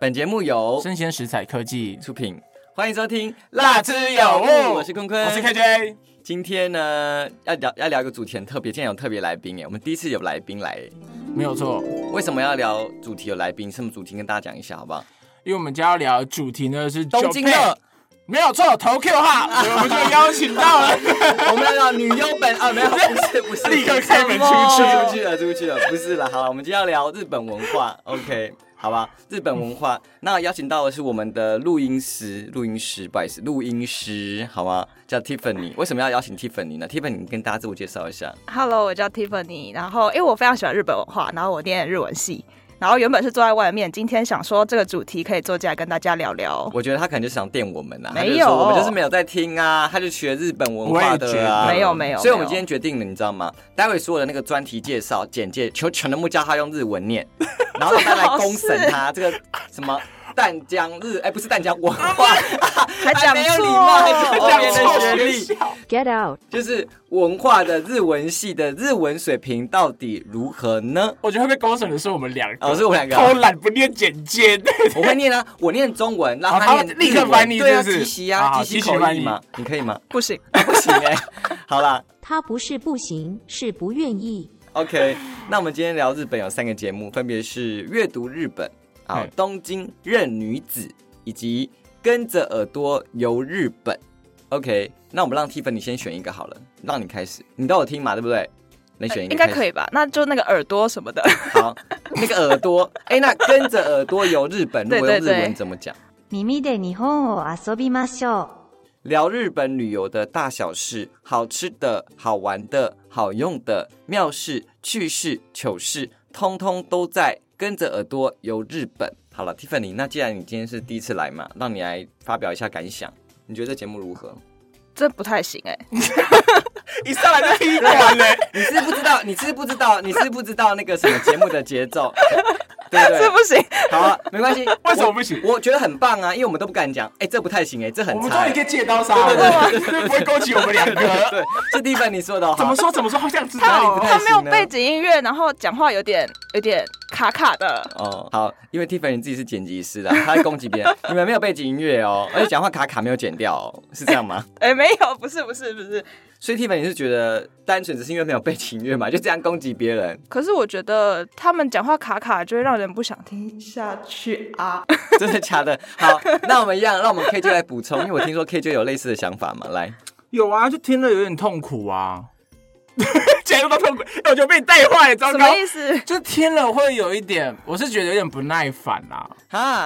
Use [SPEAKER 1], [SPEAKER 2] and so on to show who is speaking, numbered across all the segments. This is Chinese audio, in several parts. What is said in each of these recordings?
[SPEAKER 1] 本节目由
[SPEAKER 2] 生鲜食材科技，
[SPEAKER 1] 出品，欢迎收听《
[SPEAKER 2] 哦辣之有物
[SPEAKER 1] 我是坤坤，
[SPEAKER 2] 我是 KJ。
[SPEAKER 1] 今天呢，要聊要聊一个主题很特别，今天有特别来宾耶，我们第一次有来宾来耶。
[SPEAKER 2] 没有错，
[SPEAKER 1] 为什么要聊主题有来宾？什么主题跟大家讲一下好不好？
[SPEAKER 2] 因为我们今天要聊的主题呢是
[SPEAKER 1] 东京热，
[SPEAKER 2] 没有错，投 Q 号，所以我们就邀请到 了
[SPEAKER 1] 我们要聊女优本啊，没有，不是不是，
[SPEAKER 2] 立刻开门出去
[SPEAKER 1] 什么出去了，出去了，不是了。好了，我们今天要聊日本文化，OK，好吧，日本文化。那邀请到的是我们的录音师，录音师，不好意思，录音师，好吗？叫 Tiffany。为什么要邀请 Tiffany 呢？Tiffany 跟大家自我介绍一下。
[SPEAKER 3] Hello，我叫 Tiffany，然后因为我非常喜欢日本文化，然后我念日文系，然后原本是坐在外面，今天想说这个主题可以坐下来跟大家聊聊。
[SPEAKER 1] 我觉得他可能就想电我们啊，他
[SPEAKER 3] 没有
[SPEAKER 1] 就说我们就是没有在听啊，他就学日本文化
[SPEAKER 2] 我也
[SPEAKER 1] 的
[SPEAKER 2] 觉
[SPEAKER 1] 啊，
[SPEAKER 2] 得
[SPEAKER 3] 没有没有
[SPEAKER 1] 所以我们
[SPEAKER 3] 没有
[SPEAKER 1] 今天决定了，你知道吗？待会所有的那个专题介绍、简介，求全部叫他用日文念，然后让他 来公审他这个什么淡江日，哎、不是淡江文化，
[SPEAKER 3] 啊 还讲
[SPEAKER 1] 没有礼
[SPEAKER 3] 错，哦
[SPEAKER 1] 貌，还讲
[SPEAKER 2] 错
[SPEAKER 1] 错别人的学历，
[SPEAKER 4] Get out.
[SPEAKER 1] 就是文化的日文系的日文水平到底如何呢？
[SPEAKER 2] 我觉得会被公审的是我们两个，
[SPEAKER 1] 哦，是我们两个啊、
[SPEAKER 2] 偷懒不念简介，对
[SPEAKER 1] 我会念啊，我念中文，让
[SPEAKER 2] 哦
[SPEAKER 1] 他
[SPEAKER 2] 他
[SPEAKER 1] 念
[SPEAKER 2] 立刻
[SPEAKER 1] 日文
[SPEAKER 2] 翻译
[SPEAKER 1] 对啊，
[SPEAKER 2] 是不是
[SPEAKER 1] 基西
[SPEAKER 2] 好
[SPEAKER 1] 啊，
[SPEAKER 2] 好
[SPEAKER 1] 基西
[SPEAKER 2] 基西
[SPEAKER 1] 口
[SPEAKER 2] 翻
[SPEAKER 1] 译
[SPEAKER 2] 译
[SPEAKER 1] 吗？你可以吗？
[SPEAKER 3] 不行，
[SPEAKER 1] 不行哎、 好啦
[SPEAKER 4] 他不是不行，是不愿意。
[SPEAKER 1] ，OK，那我们今天聊日本有三个节目，分别是阅读日本、好
[SPEAKER 2] 嗯
[SPEAKER 1] 东京任女子以及跟着耳朵游日本。OK，那我们让 Tiffany 先选一个好了，让你开始，你都有听嘛，对不对？你选一个，
[SPEAKER 3] 呃应该可以。吧？那就那个耳朵什么的，
[SPEAKER 1] 好，那个耳朵，哎、那跟着耳朵游日本，如
[SPEAKER 3] 对
[SPEAKER 1] 果用
[SPEAKER 3] 对
[SPEAKER 1] 日
[SPEAKER 3] 对
[SPEAKER 1] 文怎么讲？
[SPEAKER 4] 耳で日本を遊びましょう。
[SPEAKER 1] 聊日本旅游的大小事，好吃的、好玩的、好用的、妙事、趣事、糗事，通通都在。跟着耳朵游日本。好了，Tiffany，那既然你今天是第一次来嘛，让你来发表一下感想。你觉得这节目如何？
[SPEAKER 3] 这不太行哎、
[SPEAKER 2] 一上来就踢馆 嘞，
[SPEAKER 1] 你是不知道，你是不知道，你是不知道那个什么节目的节奏，对不
[SPEAKER 3] 这
[SPEAKER 1] 对？
[SPEAKER 3] 不行。
[SPEAKER 1] 好、啊，没关系。
[SPEAKER 2] 为什么不行？
[SPEAKER 1] 我？我觉得很棒啊，因为我们都不敢讲。哎、这不太行哎、这很
[SPEAKER 2] 我们
[SPEAKER 1] 差、
[SPEAKER 2] 终于可
[SPEAKER 1] 欸。
[SPEAKER 2] 以借刀杀人了，对不会勾起我们两个。
[SPEAKER 1] 对，这 Tiffany 说的好。
[SPEAKER 2] 怎么说怎么说，好像知
[SPEAKER 3] 他
[SPEAKER 2] 道
[SPEAKER 1] 不太
[SPEAKER 3] 他没有
[SPEAKER 1] 行呢
[SPEAKER 3] 背景音乐，然后讲话有点有点卡卡的，
[SPEAKER 1] 哦，好，因为 Tiffany 自己是剪辑师 的，她在攻击别人。你们没有背景音乐哦，而且讲话卡卡没有剪掉、哦，是这样 吗？
[SPEAKER 3] 哎、没有，不是不是不是。
[SPEAKER 1] 所以 Tiffany 是觉得单纯只是因为没有背景音乐嘛，就这样攻击别人，
[SPEAKER 3] 可是我觉得他们讲话卡卡，就会让人不想听下去啊。
[SPEAKER 1] 真的假的？好，那我们一样，让我们 KJ 来补充，因为我听说 KJ 有类似的想法嘛。来，
[SPEAKER 2] 有啊，就听了有点痛苦 啊，讲到痛苦，哎我就被你带坏了，糟
[SPEAKER 3] 什
[SPEAKER 2] 糕
[SPEAKER 3] 么。意思？
[SPEAKER 2] 就听了会有一点，我是觉得有点不耐烦啊啦、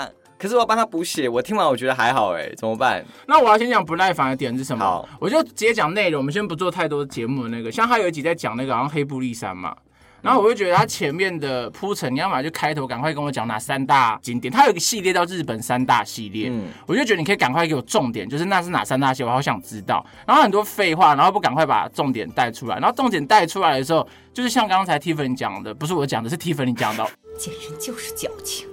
[SPEAKER 1] 哈，可是我要帮他补血，我听完我觉得还好哎、怎么办？
[SPEAKER 2] 那我要先讲不耐烦的点是什么
[SPEAKER 1] 好？
[SPEAKER 2] 我就直接讲内容，我们先不做太多节目的那个。像他有一集在讲那个好像黑布利山嘛，然后我就觉得他前面的铺陈，你要么就开头赶快跟我讲哪三大景点，他有一个系列叫日本三大系列，
[SPEAKER 1] 嗯
[SPEAKER 2] 我就觉得你可以赶快给我重点，就是那是哪三大系列，我好想知道。然后很多废话，然后不赶快把重点带出来，然后重点带出来的时候，就是像刚才 Tiffany 讲的，不是我讲的，是 Tiffany 讲的哦，
[SPEAKER 4] 贱人就是矫情。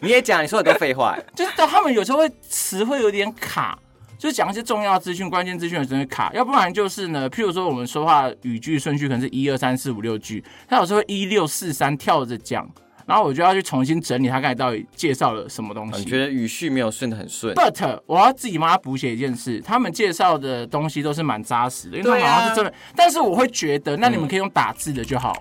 [SPEAKER 1] 你也讲，你说的都废 话、欸，
[SPEAKER 2] 就是他们有时候会词汇有点卡，就是讲一些重要资讯、关键资讯有时候会卡，要不然就是呢，譬如说我们说话语句顺序可能是一二三四五六句，他有时候会一六四三跳着讲，然后我就要去重新整理他刚才到底介绍了什么东
[SPEAKER 1] 哦你
[SPEAKER 2] 西。
[SPEAKER 1] 觉得语序没有顺的很顺。
[SPEAKER 2] But 我要自己帮他补写一件事，他们介绍的东西都是蛮扎实的，因为他们
[SPEAKER 1] 对啊
[SPEAKER 2] 好像是真的。但是我会觉得，那你们可以用打字的就好，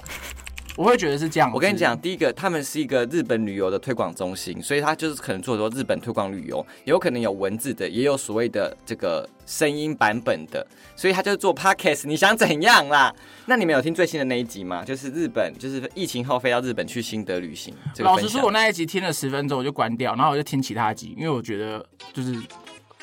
[SPEAKER 2] 我会觉得是这样。
[SPEAKER 1] 我跟你讲，，第一个，他们是一个日本旅游的推广中心，所以他就是可能做很多日本推广旅游，有可能有文字的，也有所谓的这个声音版本的，所以他就做 podcast。你想怎样啦？那你们有听最新的那一集吗？就是日本，就是疫情后飞到日本去新德旅行。这个
[SPEAKER 2] 老
[SPEAKER 1] 分
[SPEAKER 2] 实
[SPEAKER 1] 享
[SPEAKER 2] 说，我那一集听了十分钟我就关掉，然后我就听其他集，因为我觉得就是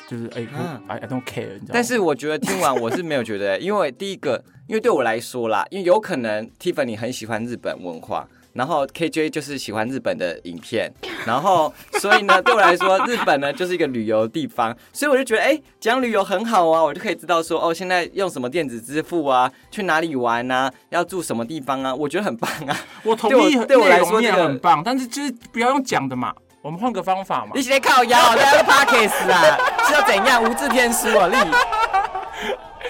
[SPEAKER 2] 就是哎、
[SPEAKER 1] 啊
[SPEAKER 2] 我 I I don't care，你知道吗？
[SPEAKER 1] 但是我觉得听完我是没有觉得、因为第一个， 因为对我来说啦，因为有可能 Tiffany 很喜欢日本文化，然后 KJ 就是喜欢日本的影片，然后所以 呢，对我来说，日本呢就是一个旅游地方，所以我就觉得，哎、讲旅游很好啊，我就可以知道说，哦，现在用什么电子支付啊，去哪里玩啊，要住什么地方啊，我觉得很棒啊。
[SPEAKER 2] 我同
[SPEAKER 1] 对我
[SPEAKER 2] 意
[SPEAKER 1] 对我来
[SPEAKER 2] 内容
[SPEAKER 1] 说
[SPEAKER 2] 面
[SPEAKER 1] 这个
[SPEAKER 2] 很棒，但是就是不要用讲的嘛，我们换个方法嘛
[SPEAKER 1] 你。 写靠腰，我在 p o d c a s 啊，是要怎样？无字天书啊，力。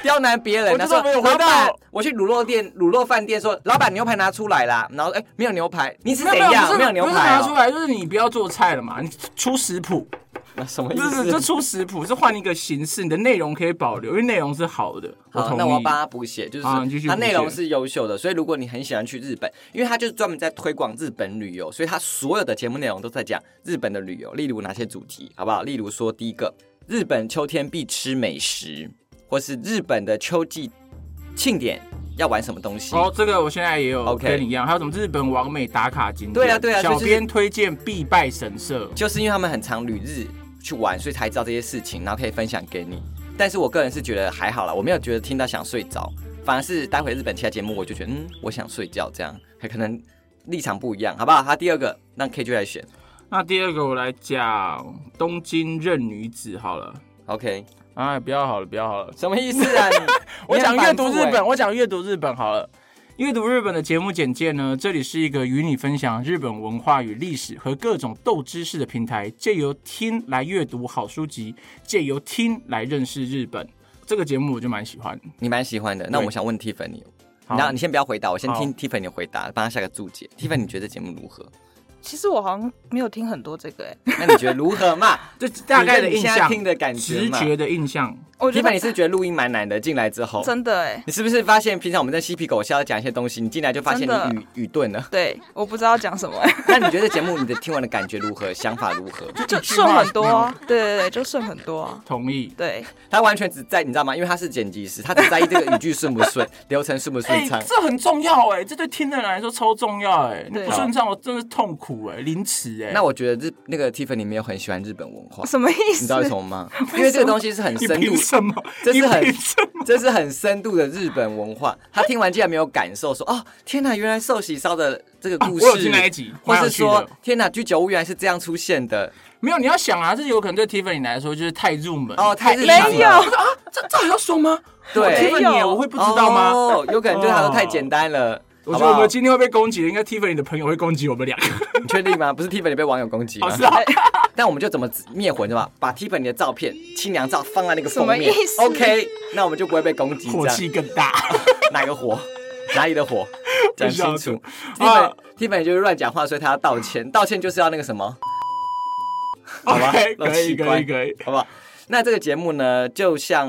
[SPEAKER 1] 刁难别人。
[SPEAKER 2] 我
[SPEAKER 1] 他
[SPEAKER 2] 就是
[SPEAKER 1] 说
[SPEAKER 2] 没有：“回
[SPEAKER 1] 老板
[SPEAKER 2] 到，
[SPEAKER 1] 我去卤肉店、卤肉饭店说，老板牛排拿出来啦。”然后哎，没有牛排，你是
[SPEAKER 2] 没有
[SPEAKER 1] 怎
[SPEAKER 2] 没有，不
[SPEAKER 1] 样？
[SPEAKER 2] 是
[SPEAKER 1] 没有牛
[SPEAKER 2] 不是
[SPEAKER 1] 排
[SPEAKER 2] 拿出
[SPEAKER 1] 哦？
[SPEAKER 2] 来，就是你不要做菜了嘛，你出食谱，
[SPEAKER 1] 那什么意
[SPEAKER 2] 这是这
[SPEAKER 1] 思？
[SPEAKER 2] 出食谱是换一个形式，你的内容可以保留，因为内容是好的。
[SPEAKER 1] 好，
[SPEAKER 2] 同
[SPEAKER 1] 那我要
[SPEAKER 2] 意啊
[SPEAKER 1] 帮。他补写，就是
[SPEAKER 2] 好你继续
[SPEAKER 1] 它
[SPEAKER 2] 补写
[SPEAKER 1] 内容是优秀的，所以如果你很喜欢去日本，因为它就是专门在推广日本旅游，所以它所有的节目内容都在讲日本的旅游，例如哪些主题，好不好？例如说第一个，日本秋天必吃美食，或是日本的秋季庆典要玩什么东西。
[SPEAKER 2] 哦，这个我现在也有
[SPEAKER 1] OK
[SPEAKER 2] 跟你一样，还有什么日本完美打卡景点？
[SPEAKER 1] 对啊对啊
[SPEAKER 2] 小
[SPEAKER 1] 就是
[SPEAKER 2] 编推荐必拜神社。
[SPEAKER 1] 就是因为他们很常旅日去玩，所以才知道这些事情，然后可以分享给你。但是我个人是觉得还好啦，我没有觉得听到想睡着，反而是待会日本其他节目，我就觉得嗯，我想睡觉这样，还可能立场不一样，好不好？他第二个让 KJ 来选
[SPEAKER 2] 那第二个我来讲东京任女子好了。
[SPEAKER 1] ，OK？
[SPEAKER 2] 哎，不要好了，不要好了。
[SPEAKER 1] 什么意思啊？你
[SPEAKER 2] 我讲阅读日，
[SPEAKER 1] 你很反
[SPEAKER 2] 本，
[SPEAKER 1] 复欸
[SPEAKER 2] 我讲阅读日本好了。阅读日本的节目简介呢，这里是一个与你分享日本文化与历史和各种斗知识的平台，借由听来阅读好书籍，借由听来认识日本。这个节目我就蛮喜欢。
[SPEAKER 1] 你蛮喜欢的。那我想问 Tiffany，
[SPEAKER 2] 好
[SPEAKER 1] 然后你先不要回答，我先
[SPEAKER 2] 好
[SPEAKER 1] 听 Tiffany 的回答，帮他下个注解。Tiffany 你觉得这节目如何？
[SPEAKER 3] 其实我好像没有听很多这个、欸，
[SPEAKER 1] 那你觉得如何 嘛？
[SPEAKER 2] 这大概的
[SPEAKER 1] 你
[SPEAKER 2] 印
[SPEAKER 1] 现在
[SPEAKER 2] 象，
[SPEAKER 1] 听的感觉
[SPEAKER 2] 直
[SPEAKER 1] 嘛
[SPEAKER 2] 觉的印象。
[SPEAKER 3] 我觉得
[SPEAKER 1] ，Tiffany 是觉得录音蛮难的，进来之后
[SPEAKER 3] 真的哎、
[SPEAKER 1] 你是不是发现平常我们在嬉皮狗笑讲一些东西，你进来就发现
[SPEAKER 3] 真的
[SPEAKER 1] 你语语钝了？
[SPEAKER 3] 对，我不知道讲什么、欸，
[SPEAKER 1] 那你觉得这节目你的听完的感觉如何？想法如何？
[SPEAKER 3] 就
[SPEAKER 2] 一句
[SPEAKER 3] 顺
[SPEAKER 2] 话
[SPEAKER 3] 很多啊、对对对，就顺很多啊、
[SPEAKER 2] 同意。
[SPEAKER 3] 对，
[SPEAKER 1] 他完全只在你知道吗？因为他是剪辑师，他只在意这个语句顺不顺，流程顺不顺畅。
[SPEAKER 2] 哎这很重要哎、这对听的人来说超重要哎、
[SPEAKER 3] 对
[SPEAKER 2] 不顺畅我真的是痛苦哎、凌迟哎。
[SPEAKER 1] 那我觉得日那个 Tiffany 没有很喜欢日本文化，
[SPEAKER 3] 什么意
[SPEAKER 1] 你
[SPEAKER 3] 思
[SPEAKER 1] 知道？为什么吗？因为这个东西是很
[SPEAKER 2] 你
[SPEAKER 1] 深度
[SPEAKER 2] 凭，什么？
[SPEAKER 1] 这
[SPEAKER 2] 你
[SPEAKER 1] 是很
[SPEAKER 2] 凭什么？
[SPEAKER 1] 这是很深度的日本文化。他听完竟然没有感受说，哦，天哪，原来寿喜烧的这个故事，
[SPEAKER 2] 啊我有听那一集
[SPEAKER 1] 或
[SPEAKER 2] 蛮有
[SPEAKER 1] 是
[SPEAKER 2] 趣的
[SPEAKER 1] 说，天哪，居酒屋原来是这样出现的。
[SPEAKER 2] 没有，你要想啊，这有可能对 Tiffany 来说就是太入门
[SPEAKER 1] 哦太日
[SPEAKER 3] 没
[SPEAKER 1] 常了
[SPEAKER 3] 有，
[SPEAKER 2] 这这还要说吗？
[SPEAKER 1] 对
[SPEAKER 2] 我
[SPEAKER 3] 没
[SPEAKER 2] Tiffany，
[SPEAKER 3] 有
[SPEAKER 2] 我会不知道吗？
[SPEAKER 1] 哦，有可能对他说
[SPEAKER 2] 哦
[SPEAKER 1] 太简单了。
[SPEAKER 2] 我
[SPEAKER 1] 好不
[SPEAKER 2] 觉得我
[SPEAKER 1] 好
[SPEAKER 2] 们今天会被攻击的，应该 Tiffany 的朋友会攻击我们两个。
[SPEAKER 1] 你确定吗？不是 Tiffany 被网友攻击吗
[SPEAKER 2] 哦，？是啊，
[SPEAKER 1] 但我们就怎么灭火，对吧？把 Tiffany 的照片、清凉照放在那个封面
[SPEAKER 3] 什么意思
[SPEAKER 1] ，OK，那我们就不会被攻击。这
[SPEAKER 2] 火
[SPEAKER 1] 样
[SPEAKER 2] 气更大。
[SPEAKER 1] 哪个 火？哪里的火？讲清楚。
[SPEAKER 2] 不晓得
[SPEAKER 1] Tiffany Tiffany 就是乱讲话，所以他要道歉。道歉就是要那个什么， 好吧
[SPEAKER 2] OK，
[SPEAKER 1] 漏
[SPEAKER 2] 可以，
[SPEAKER 1] 气
[SPEAKER 2] 可
[SPEAKER 1] 关
[SPEAKER 2] 以，可以。
[SPEAKER 1] 好不好？那这个节目呢，就像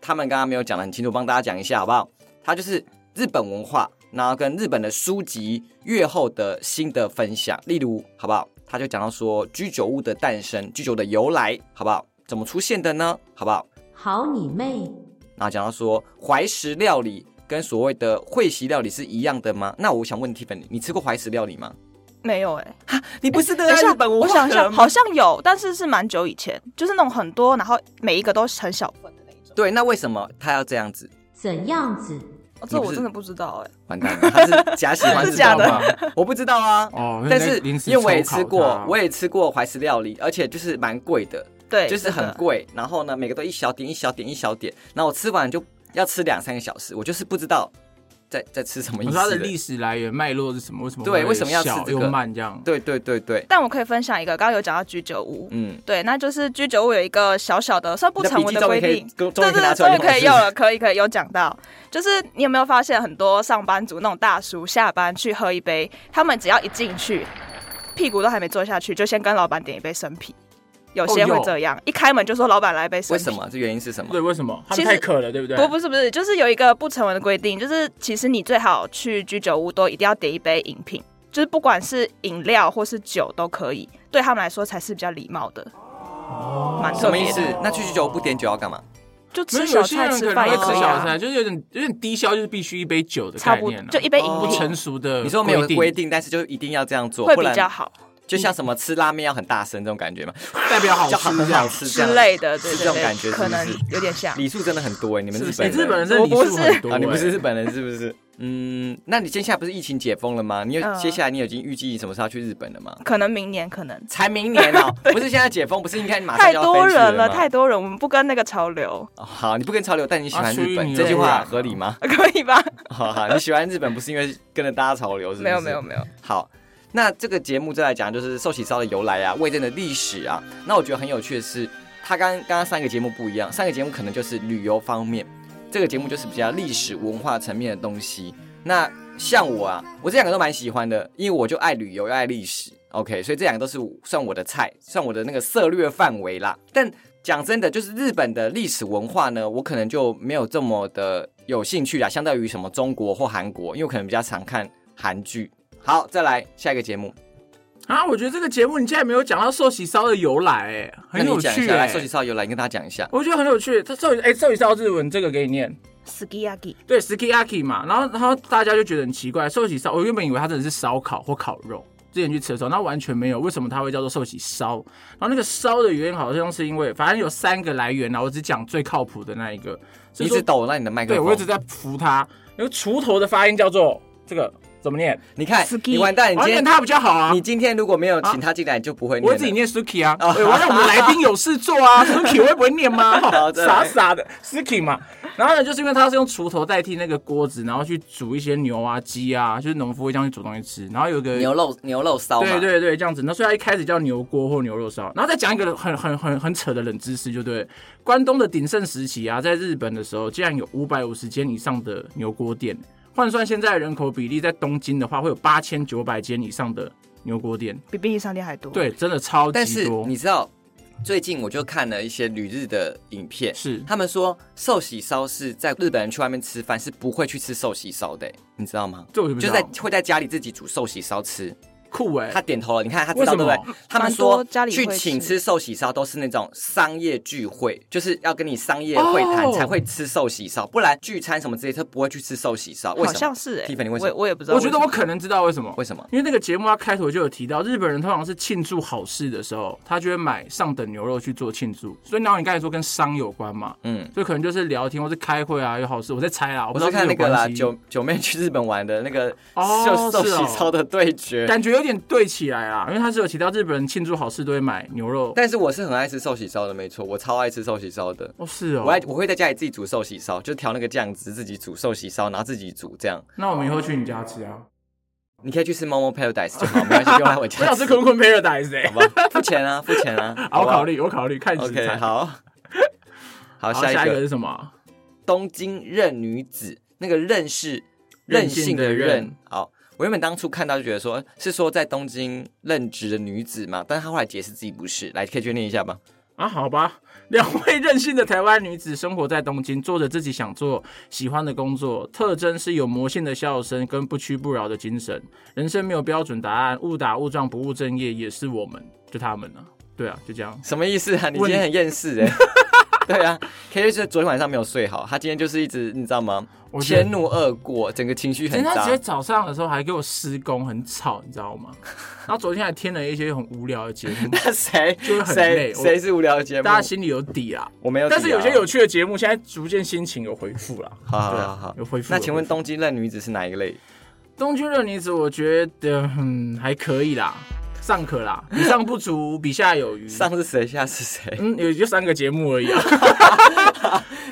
[SPEAKER 1] 他们刚刚没有讲的很清楚，帮大家讲一下好不好？它就是日本文化，然后跟日本的书籍阅后的新的分享，例如好不好？他就讲到说居酒屋的诞生，居酒的由来，好不好？怎么出现的呢？好不好？
[SPEAKER 4] 好你妹！
[SPEAKER 1] 然后讲到说怀石料理跟所谓的会席料理是一样的吗？那我想问 Tiffany，你吃过怀石料理吗？
[SPEAKER 3] 没有哎、欸。
[SPEAKER 1] 你不是
[SPEAKER 3] 等
[SPEAKER 1] 对
[SPEAKER 3] 一下，
[SPEAKER 1] 日本文
[SPEAKER 3] 我
[SPEAKER 1] 化
[SPEAKER 3] 想一下，
[SPEAKER 1] 的
[SPEAKER 3] 好像有，但是是蛮久以前，就是那种很多，然后每一个都是很小份的那一种。
[SPEAKER 1] 对，那为什么他要这样子？
[SPEAKER 4] 怎样子？
[SPEAKER 3] 哦、这
[SPEAKER 1] 你不
[SPEAKER 3] 我
[SPEAKER 1] 是
[SPEAKER 3] 真的不知道哎、
[SPEAKER 1] 完蛋了，他是假喜 欢
[SPEAKER 3] 是假的
[SPEAKER 1] 知道吗我不知道啊。
[SPEAKER 2] 哦
[SPEAKER 1] 但是
[SPEAKER 2] 临时
[SPEAKER 1] 因为我也
[SPEAKER 2] 抽考
[SPEAKER 1] 吃过
[SPEAKER 2] 它，
[SPEAKER 1] 我也吃过怀石料理，而且就是蛮贵的，
[SPEAKER 3] 对，
[SPEAKER 1] 就是很贵。然后呢，每个都一小点一小点一小点，然后我吃完就要吃两三个小时，我就是不知道在在吃什么意
[SPEAKER 2] 你
[SPEAKER 1] 思
[SPEAKER 2] 说
[SPEAKER 1] 了。
[SPEAKER 2] 它的历史来源脉络是什么？为什么
[SPEAKER 1] 对
[SPEAKER 2] 会
[SPEAKER 1] 为什么要吃
[SPEAKER 2] 小
[SPEAKER 1] 这
[SPEAKER 2] 又
[SPEAKER 1] 个
[SPEAKER 2] 慢这样？
[SPEAKER 1] 对对对对，
[SPEAKER 3] 但我可以分享一个，刚刚有讲到居酒屋，
[SPEAKER 1] 嗯，
[SPEAKER 3] 对，那就是居酒屋有一个小小的算不成文的规定
[SPEAKER 1] 你的笔记，终于可以终于
[SPEAKER 3] 对
[SPEAKER 1] 可以拿
[SPEAKER 3] 对
[SPEAKER 1] 出
[SPEAKER 3] 对，
[SPEAKER 1] 来
[SPEAKER 3] 终
[SPEAKER 1] 用
[SPEAKER 3] 于可
[SPEAKER 1] 是
[SPEAKER 3] 以
[SPEAKER 1] 不
[SPEAKER 3] 用
[SPEAKER 1] 是
[SPEAKER 3] 了，可以可以有讲到，就是你有没有发现很多上班族那种大叔下班去喝一杯，他们只要一进去，屁股都还没坐下去，就先跟老板点一杯生啤，有些
[SPEAKER 2] 哦有
[SPEAKER 3] 会这样，一开门就说老板来一杯生
[SPEAKER 1] 为
[SPEAKER 3] 啤，
[SPEAKER 1] 什么？这原因是什么？
[SPEAKER 2] 对，为什么？他
[SPEAKER 3] 其
[SPEAKER 2] 们
[SPEAKER 3] 实
[SPEAKER 2] 太渴了，对不对？
[SPEAKER 3] 不不是不是，就是有一个不成文的规定，就是其实你最好去居酒屋都一定要点一杯饮品，就是不管是饮料或是酒都可以，对他们来说才是比较礼貌的。蛮
[SPEAKER 1] 什
[SPEAKER 3] 特
[SPEAKER 1] 么
[SPEAKER 3] 别
[SPEAKER 1] 意
[SPEAKER 3] 的
[SPEAKER 1] 思？那去居酒屋不点酒要干嘛？
[SPEAKER 3] 就
[SPEAKER 2] 没有，
[SPEAKER 3] 吃小
[SPEAKER 2] 有些
[SPEAKER 3] 菜
[SPEAKER 2] 人可
[SPEAKER 3] 吃
[SPEAKER 2] 能
[SPEAKER 3] 饭
[SPEAKER 2] 会
[SPEAKER 3] 也
[SPEAKER 2] 吃
[SPEAKER 3] 可以
[SPEAKER 2] 小
[SPEAKER 3] 啊，
[SPEAKER 2] 菜，就是有点有点低消，就是必须一杯酒的
[SPEAKER 3] 差
[SPEAKER 2] 概
[SPEAKER 3] 不多
[SPEAKER 2] 念啊
[SPEAKER 3] 就一杯饮
[SPEAKER 1] 哦
[SPEAKER 2] 不
[SPEAKER 3] 品
[SPEAKER 2] 成熟的，
[SPEAKER 1] 你说没有规，定，但是就一定要这样做，
[SPEAKER 3] 会
[SPEAKER 1] 不
[SPEAKER 3] 比
[SPEAKER 1] 然
[SPEAKER 3] 较好
[SPEAKER 1] 就像什么吃拉面要很大声这种感觉嘛，
[SPEAKER 2] 代表好
[SPEAKER 1] 就很
[SPEAKER 2] 吃这
[SPEAKER 1] 好
[SPEAKER 2] 样。
[SPEAKER 1] 吃这样
[SPEAKER 3] 之类的，对
[SPEAKER 1] 是
[SPEAKER 3] 对
[SPEAKER 1] 这
[SPEAKER 3] 对，
[SPEAKER 1] 种感觉，
[SPEAKER 3] 可
[SPEAKER 1] 是不
[SPEAKER 3] 能
[SPEAKER 1] 是？
[SPEAKER 3] 有点像。
[SPEAKER 1] 礼数真的很多哎，你们日
[SPEAKER 2] 哎
[SPEAKER 1] 本
[SPEAKER 2] 日本人
[SPEAKER 1] 人
[SPEAKER 2] 真的
[SPEAKER 3] 我不
[SPEAKER 2] 礼数很多
[SPEAKER 1] 啊，你不是
[SPEAKER 2] 哎
[SPEAKER 1] 日本人是不是？嗯，那你接下来不是疫情解封了吗？你有
[SPEAKER 3] 嗯
[SPEAKER 1] 接下来你已经预计什么时候要去日本了吗？
[SPEAKER 3] 可能明年可能
[SPEAKER 1] 才明年 哦，不是现在解封，不是应该马上
[SPEAKER 3] 太
[SPEAKER 1] 就要飞
[SPEAKER 3] 多
[SPEAKER 1] 去
[SPEAKER 3] 人了，
[SPEAKER 1] 吗
[SPEAKER 3] 太多人，我们不跟那个潮流，
[SPEAKER 1] 哦好，你不跟潮流，但你喜欢
[SPEAKER 2] 啊
[SPEAKER 1] 日
[SPEAKER 2] 出淤
[SPEAKER 1] 本
[SPEAKER 2] 泥
[SPEAKER 1] 这句
[SPEAKER 2] 而不
[SPEAKER 1] 话
[SPEAKER 2] 染
[SPEAKER 1] 合理吗？
[SPEAKER 3] 可以吧？
[SPEAKER 2] 啊
[SPEAKER 1] 好好，你喜欢日本不是因为跟着大家潮流，是不是？
[SPEAKER 3] 没有没有没有，
[SPEAKER 1] 好，那这个节目再来讲就是寿喜烧的由来啊，味噌的历史啊。那我觉得很有趣的是，它跟刚刚三个节目不一样，三个节目可能就是旅游方面，这个节目就是比较历史文化层面的东西。那像我啊，我这两个都蛮喜欢的，因为我就爱旅游又爱历史。OK，所以这两个都是算我的菜，算我的那个涉略范围啦。但讲真的，就是日本的历史文化呢，我可能就没有这么的有兴趣啦，相对于什么中国或韩国，因为我可能比较常看韩剧。好，再来下一个节目，
[SPEAKER 2] 啊，我觉得这个节目你竟然没有讲到寿喜烧的由来、哎，
[SPEAKER 1] 那
[SPEAKER 2] 很
[SPEAKER 1] 你
[SPEAKER 2] 有
[SPEAKER 1] 讲一
[SPEAKER 2] 趣、
[SPEAKER 1] 下
[SPEAKER 2] 哎
[SPEAKER 1] 来，寿喜烧由来，你跟大家讲一下。
[SPEAKER 2] 我觉得很有趣。它寿喜哎，寿喜烧日文这个给你念，
[SPEAKER 3] ，skiaki，
[SPEAKER 2] 对 sukiyaki 嘛，然后然后大家就觉得很奇怪，寿喜烧，我原本以为它真的是烧烤或烤肉。之前去吃的时候，那完全没有，为什么它会叫做寿喜烧？然后那个烧的原因好像是因为，反正有三个来源啦，啊我只讲最靠谱的那一个。是
[SPEAKER 1] 你一
[SPEAKER 2] 说
[SPEAKER 1] 直抖到你的麦克
[SPEAKER 2] 对
[SPEAKER 1] 风，
[SPEAKER 2] 我一直在扶它，那个锄头的发音叫做这个怎么念？
[SPEAKER 1] 你看，
[SPEAKER 3] Ski
[SPEAKER 1] 你完蛋，你
[SPEAKER 2] 我
[SPEAKER 1] 今天
[SPEAKER 2] 念它比较好啊
[SPEAKER 1] 你。今天如果没有请他进来，你就不会念了。
[SPEAKER 2] 我会自己念 Suki 啊，
[SPEAKER 1] 哦
[SPEAKER 2] 对我让我们来宾有事做 啊，Suki 我也不会念吗？
[SPEAKER 1] 好再
[SPEAKER 2] 傻
[SPEAKER 1] 来
[SPEAKER 2] 傻的 Suki 嘛。然后呢，就是因为它是用锄头代替那个锅子，然后去煮一些牛啊、鸡啊，就是农夫会这样去煮东西吃。然后有一个
[SPEAKER 1] 牛肉牛肉烧嘛。
[SPEAKER 2] 对对对，这样子。那所以它一开始叫牛锅或牛肉烧，然后再讲一个很很很很扯的冷知识，就对了，关东的鼎盛时期啊，在日本的时候，竟然有五百五十间以上的牛锅店，换算现在的人口比例，在东京的话，会有八千九百间以上的牛锅店。
[SPEAKER 3] 比便利商店还
[SPEAKER 1] 啊
[SPEAKER 3] 多。，
[SPEAKER 2] 对，真的超
[SPEAKER 1] 但
[SPEAKER 2] 级
[SPEAKER 1] 是
[SPEAKER 2] 多。
[SPEAKER 1] 你知道，最近我就看了一些旅日的影片，
[SPEAKER 2] 是
[SPEAKER 1] 他们说寿喜烧是在日本人去外面吃饭是不会去吃寿喜烧的、欸你知道吗？
[SPEAKER 2] 这我就不知
[SPEAKER 1] 就
[SPEAKER 2] 道
[SPEAKER 1] 在会在家里自己煮寿喜烧吃。
[SPEAKER 2] 酷哎、
[SPEAKER 1] 他点头了，你看他知道
[SPEAKER 2] 为什
[SPEAKER 1] 对不
[SPEAKER 2] 么
[SPEAKER 1] 对？他们
[SPEAKER 3] 蛮
[SPEAKER 1] 说
[SPEAKER 3] 多家里会
[SPEAKER 1] 去
[SPEAKER 3] 吃
[SPEAKER 1] 请吃寿喜烧都是那种商业聚会，就是要跟你商业会谈
[SPEAKER 2] 哦
[SPEAKER 1] 才会吃寿喜烧，不然聚餐什么之类他不会去吃寿喜烧。为
[SPEAKER 3] 好
[SPEAKER 1] 什么
[SPEAKER 3] 像？是哎、
[SPEAKER 1] Tiffany，为什么
[SPEAKER 3] 我也我也不知道
[SPEAKER 2] 我
[SPEAKER 3] 为
[SPEAKER 2] 觉
[SPEAKER 3] 什
[SPEAKER 2] 得
[SPEAKER 3] 么。
[SPEAKER 2] 我可能知道为什么，
[SPEAKER 1] 为什么？
[SPEAKER 2] 因为那个节目它开头就有提到，日本人通常是庆祝好事的时候，他就会买上等牛肉去做庆祝。所以，然后你刚才说跟商有关嘛，
[SPEAKER 1] 嗯，
[SPEAKER 2] 所以可能就是聊天或是开会啊，有好事。我在猜啦，我不
[SPEAKER 1] 我
[SPEAKER 2] 知道
[SPEAKER 1] 是看
[SPEAKER 2] 有
[SPEAKER 1] 那个啦，
[SPEAKER 2] 关系
[SPEAKER 1] 九九妹去日本玩的那个
[SPEAKER 2] 哦
[SPEAKER 1] 就是寿
[SPEAKER 2] 是哦
[SPEAKER 1] 喜烧的对决。
[SPEAKER 2] 感觉有点对起来啦，因为他是有提到日本人庆祝好事都会买牛肉。
[SPEAKER 1] 但是我是很爱吃寿喜烧的，没错，我超爱吃寿喜烧的。
[SPEAKER 2] 哦，是哦
[SPEAKER 1] 我，爱我会在家里自己煮寿喜烧，就调那个酱汁，自己煮寿喜烧，然后自己煮这样。
[SPEAKER 2] 那我们以后去你家吃啊。
[SPEAKER 1] 你可以去吃 Momo Paradise 就好，没关 系，不用来我家。
[SPEAKER 2] 我想吃坤坤 paradise 哎、
[SPEAKER 1] 好吧，付钱啊，付钱 啊，
[SPEAKER 2] 好，我
[SPEAKER 1] 不
[SPEAKER 2] 考。虑，我考虑看食
[SPEAKER 1] OK，
[SPEAKER 2] 材。
[SPEAKER 1] 好， 好，
[SPEAKER 2] 好，
[SPEAKER 1] 下一个
[SPEAKER 2] 是什么啊？
[SPEAKER 1] 东京任女子，那个任是
[SPEAKER 2] 任
[SPEAKER 1] 任
[SPEAKER 2] 性
[SPEAKER 1] 性
[SPEAKER 2] 的
[SPEAKER 1] 的任
[SPEAKER 2] 任。
[SPEAKER 1] 好，我原本当初看到就觉得说是说在东京任职的女子嘛，但是她后来解释自己不是。来，K 确定一下吧。
[SPEAKER 2] 啊，好吧，两位任性的台湾女子生活在东京，做着自己想做、喜欢的工作，特征是有魔性的笑声跟不屈不挠的精神。人生没有标准答案，误打误撞，不务正业，也是我们，就他们了、对啊，就这样。
[SPEAKER 1] 什么意思啊？你
[SPEAKER 2] 问
[SPEAKER 1] 今天很厌世 哎、对啊，K 就是昨天晚上没有睡好，他今天就是一直你知道吗？
[SPEAKER 2] 我觉得
[SPEAKER 1] 迁怒恶过，整个情绪
[SPEAKER 2] 人
[SPEAKER 1] 很
[SPEAKER 2] 家直接
[SPEAKER 1] 糟。
[SPEAKER 2] 早上的时候还给我施工，很吵，你知道 吗？然后昨天还添了一些很无聊的节目，
[SPEAKER 1] 那 谁
[SPEAKER 2] 就是很累
[SPEAKER 1] 谁
[SPEAKER 2] 我
[SPEAKER 1] 谁是无聊的节目？
[SPEAKER 2] 大家心里有底啦。
[SPEAKER 1] 我没有、啊
[SPEAKER 2] 但是有些有，趣的节目，现在逐渐心情有回复啦。
[SPEAKER 1] 好好
[SPEAKER 2] 对
[SPEAKER 1] 好
[SPEAKER 2] 啊
[SPEAKER 1] 好，
[SPEAKER 2] 有回复。
[SPEAKER 1] 那
[SPEAKER 2] 有
[SPEAKER 1] 请
[SPEAKER 2] 回
[SPEAKER 1] 问
[SPEAKER 2] 复
[SPEAKER 1] 东京任女子是哪一个类？
[SPEAKER 2] 东京热女子，我觉得嗯还可以啦，尚可啦，比上不足，比下有余。
[SPEAKER 1] 上是谁，下是谁？
[SPEAKER 2] 嗯，也就三个节目而已啊。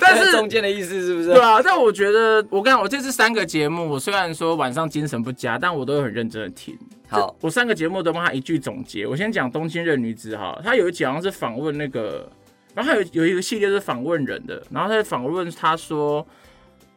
[SPEAKER 2] 但是
[SPEAKER 1] 中间的意思是不是？
[SPEAKER 2] 对啊，但我觉得我刚我这次三个节目，我虽然说晚上精神不佳，但我都很认真的听。
[SPEAKER 1] 好，
[SPEAKER 2] 我三个节目都帮他一句总结。我先讲《东京热女子》哈，他有一集好像是访问那个，然后还有有一个系列是访问人的，然后他就访问他说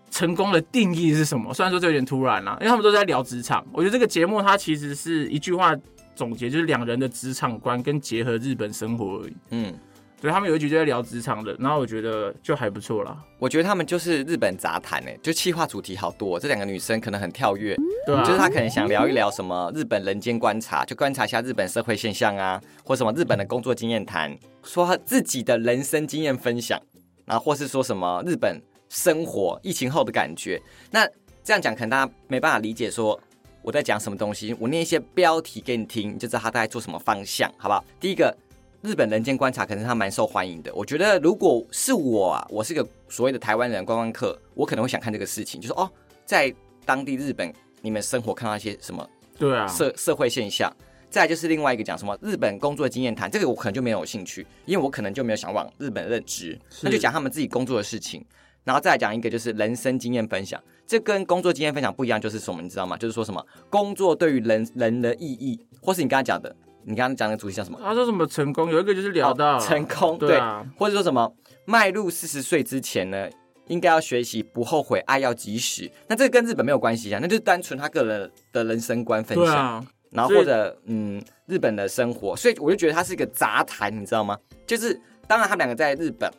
[SPEAKER 2] 成功的定义是什么？虽然说这有点突然啦、因为他们都在聊职场。我觉得这个节目它其实是一句话总结，就是两人的职场观跟结合日本生活而已。
[SPEAKER 1] 嗯，
[SPEAKER 2] 对他们有一集就在聊职场的，然后我觉得就还不错啦。
[SPEAKER 1] 我觉得他们就是日本杂谈诶，就气化主题好多哦、这两个女生可能很跳跃，
[SPEAKER 2] 对啊，
[SPEAKER 1] 就是她可能想聊一聊什么日本人间观察，就观察一下日本社会现象啊，或什么日本的工作经验谈，说她自己的人生经验分享，然后或是说什么日本生活疫情后的感觉。那这样讲可能大家没办法理解说。我在讲什么东西？我念一些标题给你听，你就知道他大概做什么方向，好不好？第一个，日本人间观察可能他蛮受欢迎的。我觉得如果是我啊，我是个所谓的台湾人观光客，我可能会想看这个事情，就是哦，在当地日本你们生活看到一些什么
[SPEAKER 2] 对啊，
[SPEAKER 1] 社社会现象。再来就是另外一个讲什么日本工作经验谈，这个我可能就没有兴趣，因为我可能就没有想往日本任职，那就讲他们自己工作的事情。然后再来讲一个就是人生经验分享，这跟工作经验分享不一样，就是什么你知道吗？就是说什么工作对于人人的意义，或是你刚刚讲的，你刚刚讲的主题叫什么？
[SPEAKER 2] 他说什么成功，有一个就是聊到
[SPEAKER 1] 哦成功，
[SPEAKER 2] 对啊，
[SPEAKER 1] 或者说什么迈入四十岁之前呢，应该要学习不后悔，爱要及时。那这个跟日本没有关系啊，那就是单纯他个人的人生观分
[SPEAKER 2] 对
[SPEAKER 1] 享，
[SPEAKER 2] 啊，
[SPEAKER 1] 然后
[SPEAKER 2] 所以
[SPEAKER 1] 或者嗯日本的生活，所以我就觉得它是一个杂谈，你知道吗？就是当然他们两个在日本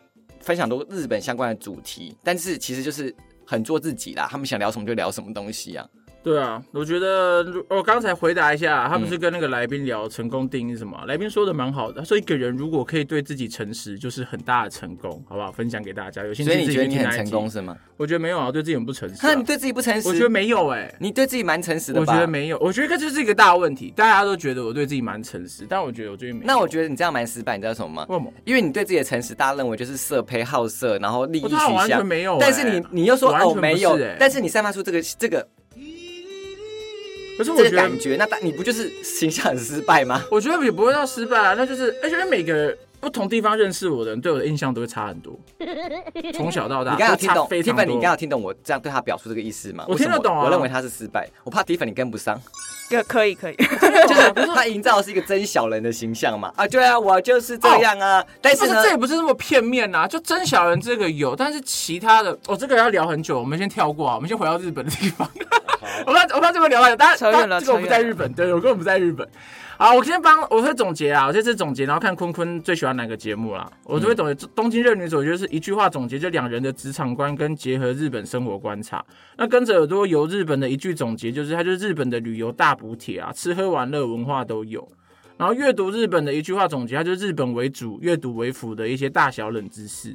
[SPEAKER 1] 分享都日本相关的主题，但是其实就是很做自己啦，他们想聊什么就聊什么东西啊。
[SPEAKER 2] 对啊，我觉得如我刚才回答一下，
[SPEAKER 1] 嗯
[SPEAKER 2] 他不是跟那个来宾聊成功定义是什么？来宾说的蛮好的，他说一个人如果可以对自己诚实，就是很大的成功，好不好？分享给大家，有兴趣
[SPEAKER 1] 所以
[SPEAKER 2] 自
[SPEAKER 1] 你
[SPEAKER 2] 己
[SPEAKER 1] 觉得
[SPEAKER 2] 去
[SPEAKER 1] 你
[SPEAKER 2] 听
[SPEAKER 1] 很
[SPEAKER 2] 那一
[SPEAKER 1] 成
[SPEAKER 2] 集
[SPEAKER 1] 功？是吗？
[SPEAKER 2] 我觉得没有啊，我对自己很不诚实、
[SPEAKER 1] 那
[SPEAKER 2] 啊。
[SPEAKER 1] 你对自己不诚实？
[SPEAKER 2] 我觉得，没有哎、
[SPEAKER 1] 你对自己蛮诚实的吧？
[SPEAKER 2] 我觉得。没有，我觉得这是一个大问题。大家都觉得我对自己蛮诚实，但我觉得我最近没有。
[SPEAKER 1] 那我觉得你这样蛮失败，你知道什么吗？
[SPEAKER 2] 为什么？
[SPEAKER 1] 因为你对自己的诚实，大家认为就是色胚好色，然后利益
[SPEAKER 2] 我
[SPEAKER 1] 取
[SPEAKER 2] 对他完
[SPEAKER 1] 向
[SPEAKER 2] 全。没有欸、
[SPEAKER 1] 但是你你又说
[SPEAKER 2] 完全
[SPEAKER 1] 哦
[SPEAKER 2] 不是
[SPEAKER 1] 没有
[SPEAKER 2] 欸，
[SPEAKER 1] 但是你散发出这个这个
[SPEAKER 2] 可是我
[SPEAKER 1] 这
[SPEAKER 2] 觉
[SPEAKER 1] 个
[SPEAKER 2] 得
[SPEAKER 1] 感觉，那大你不就是形象很失败吗？
[SPEAKER 2] 我觉得也不会到失败啊，那就是而且每个不同地方认识我的人对我的印象都会差很 多，从小到大
[SPEAKER 1] 你刚刚有
[SPEAKER 2] 都
[SPEAKER 1] 听
[SPEAKER 2] 差
[SPEAKER 1] 懂
[SPEAKER 2] 啊非常
[SPEAKER 1] Tiffany，你刚刚
[SPEAKER 2] 多。
[SPEAKER 1] 有听懂我这样对他表述这个意思吗？
[SPEAKER 2] 我
[SPEAKER 1] 为什
[SPEAKER 2] 听得
[SPEAKER 1] 么
[SPEAKER 2] 懂啊
[SPEAKER 1] 我认为他是失败，我怕 Tiffany 跟不 上，
[SPEAKER 3] 可可以 可以，
[SPEAKER 1] 就是他营造的是一个真小人的形象嘛。啊，对啊，我就是这样啊。但
[SPEAKER 2] 不
[SPEAKER 1] 是
[SPEAKER 2] 是，
[SPEAKER 1] 呢，
[SPEAKER 2] 哦这也不是那么片面呐、就真小人这个有，但是其他的，哦，这个要聊很久，我们先跳过啊，我们先回到日本的地方。 我怕我怕这边聊太久，大
[SPEAKER 3] 扯
[SPEAKER 2] 家
[SPEAKER 3] 远了
[SPEAKER 2] 这个我
[SPEAKER 3] 扯
[SPEAKER 2] 不
[SPEAKER 3] 远
[SPEAKER 2] 在
[SPEAKER 3] 了
[SPEAKER 2] 日本，对我根本不在日本。好，我先帮我会总结啊，我这次总结，然后看坤坤最喜欢哪个节目啦。我
[SPEAKER 3] 嗯
[SPEAKER 2] 就会总结《东京热女子》，我觉得是一句话总结这两人的职场观跟结合日本生活观察。那跟着耳朵游日本的一句总结就是，它就是日本的旅游大补帖啊，吃喝玩乐文化都有。然后阅读日本的一句话总结，它就是日本为主，阅读为辅的一些大小冷知识。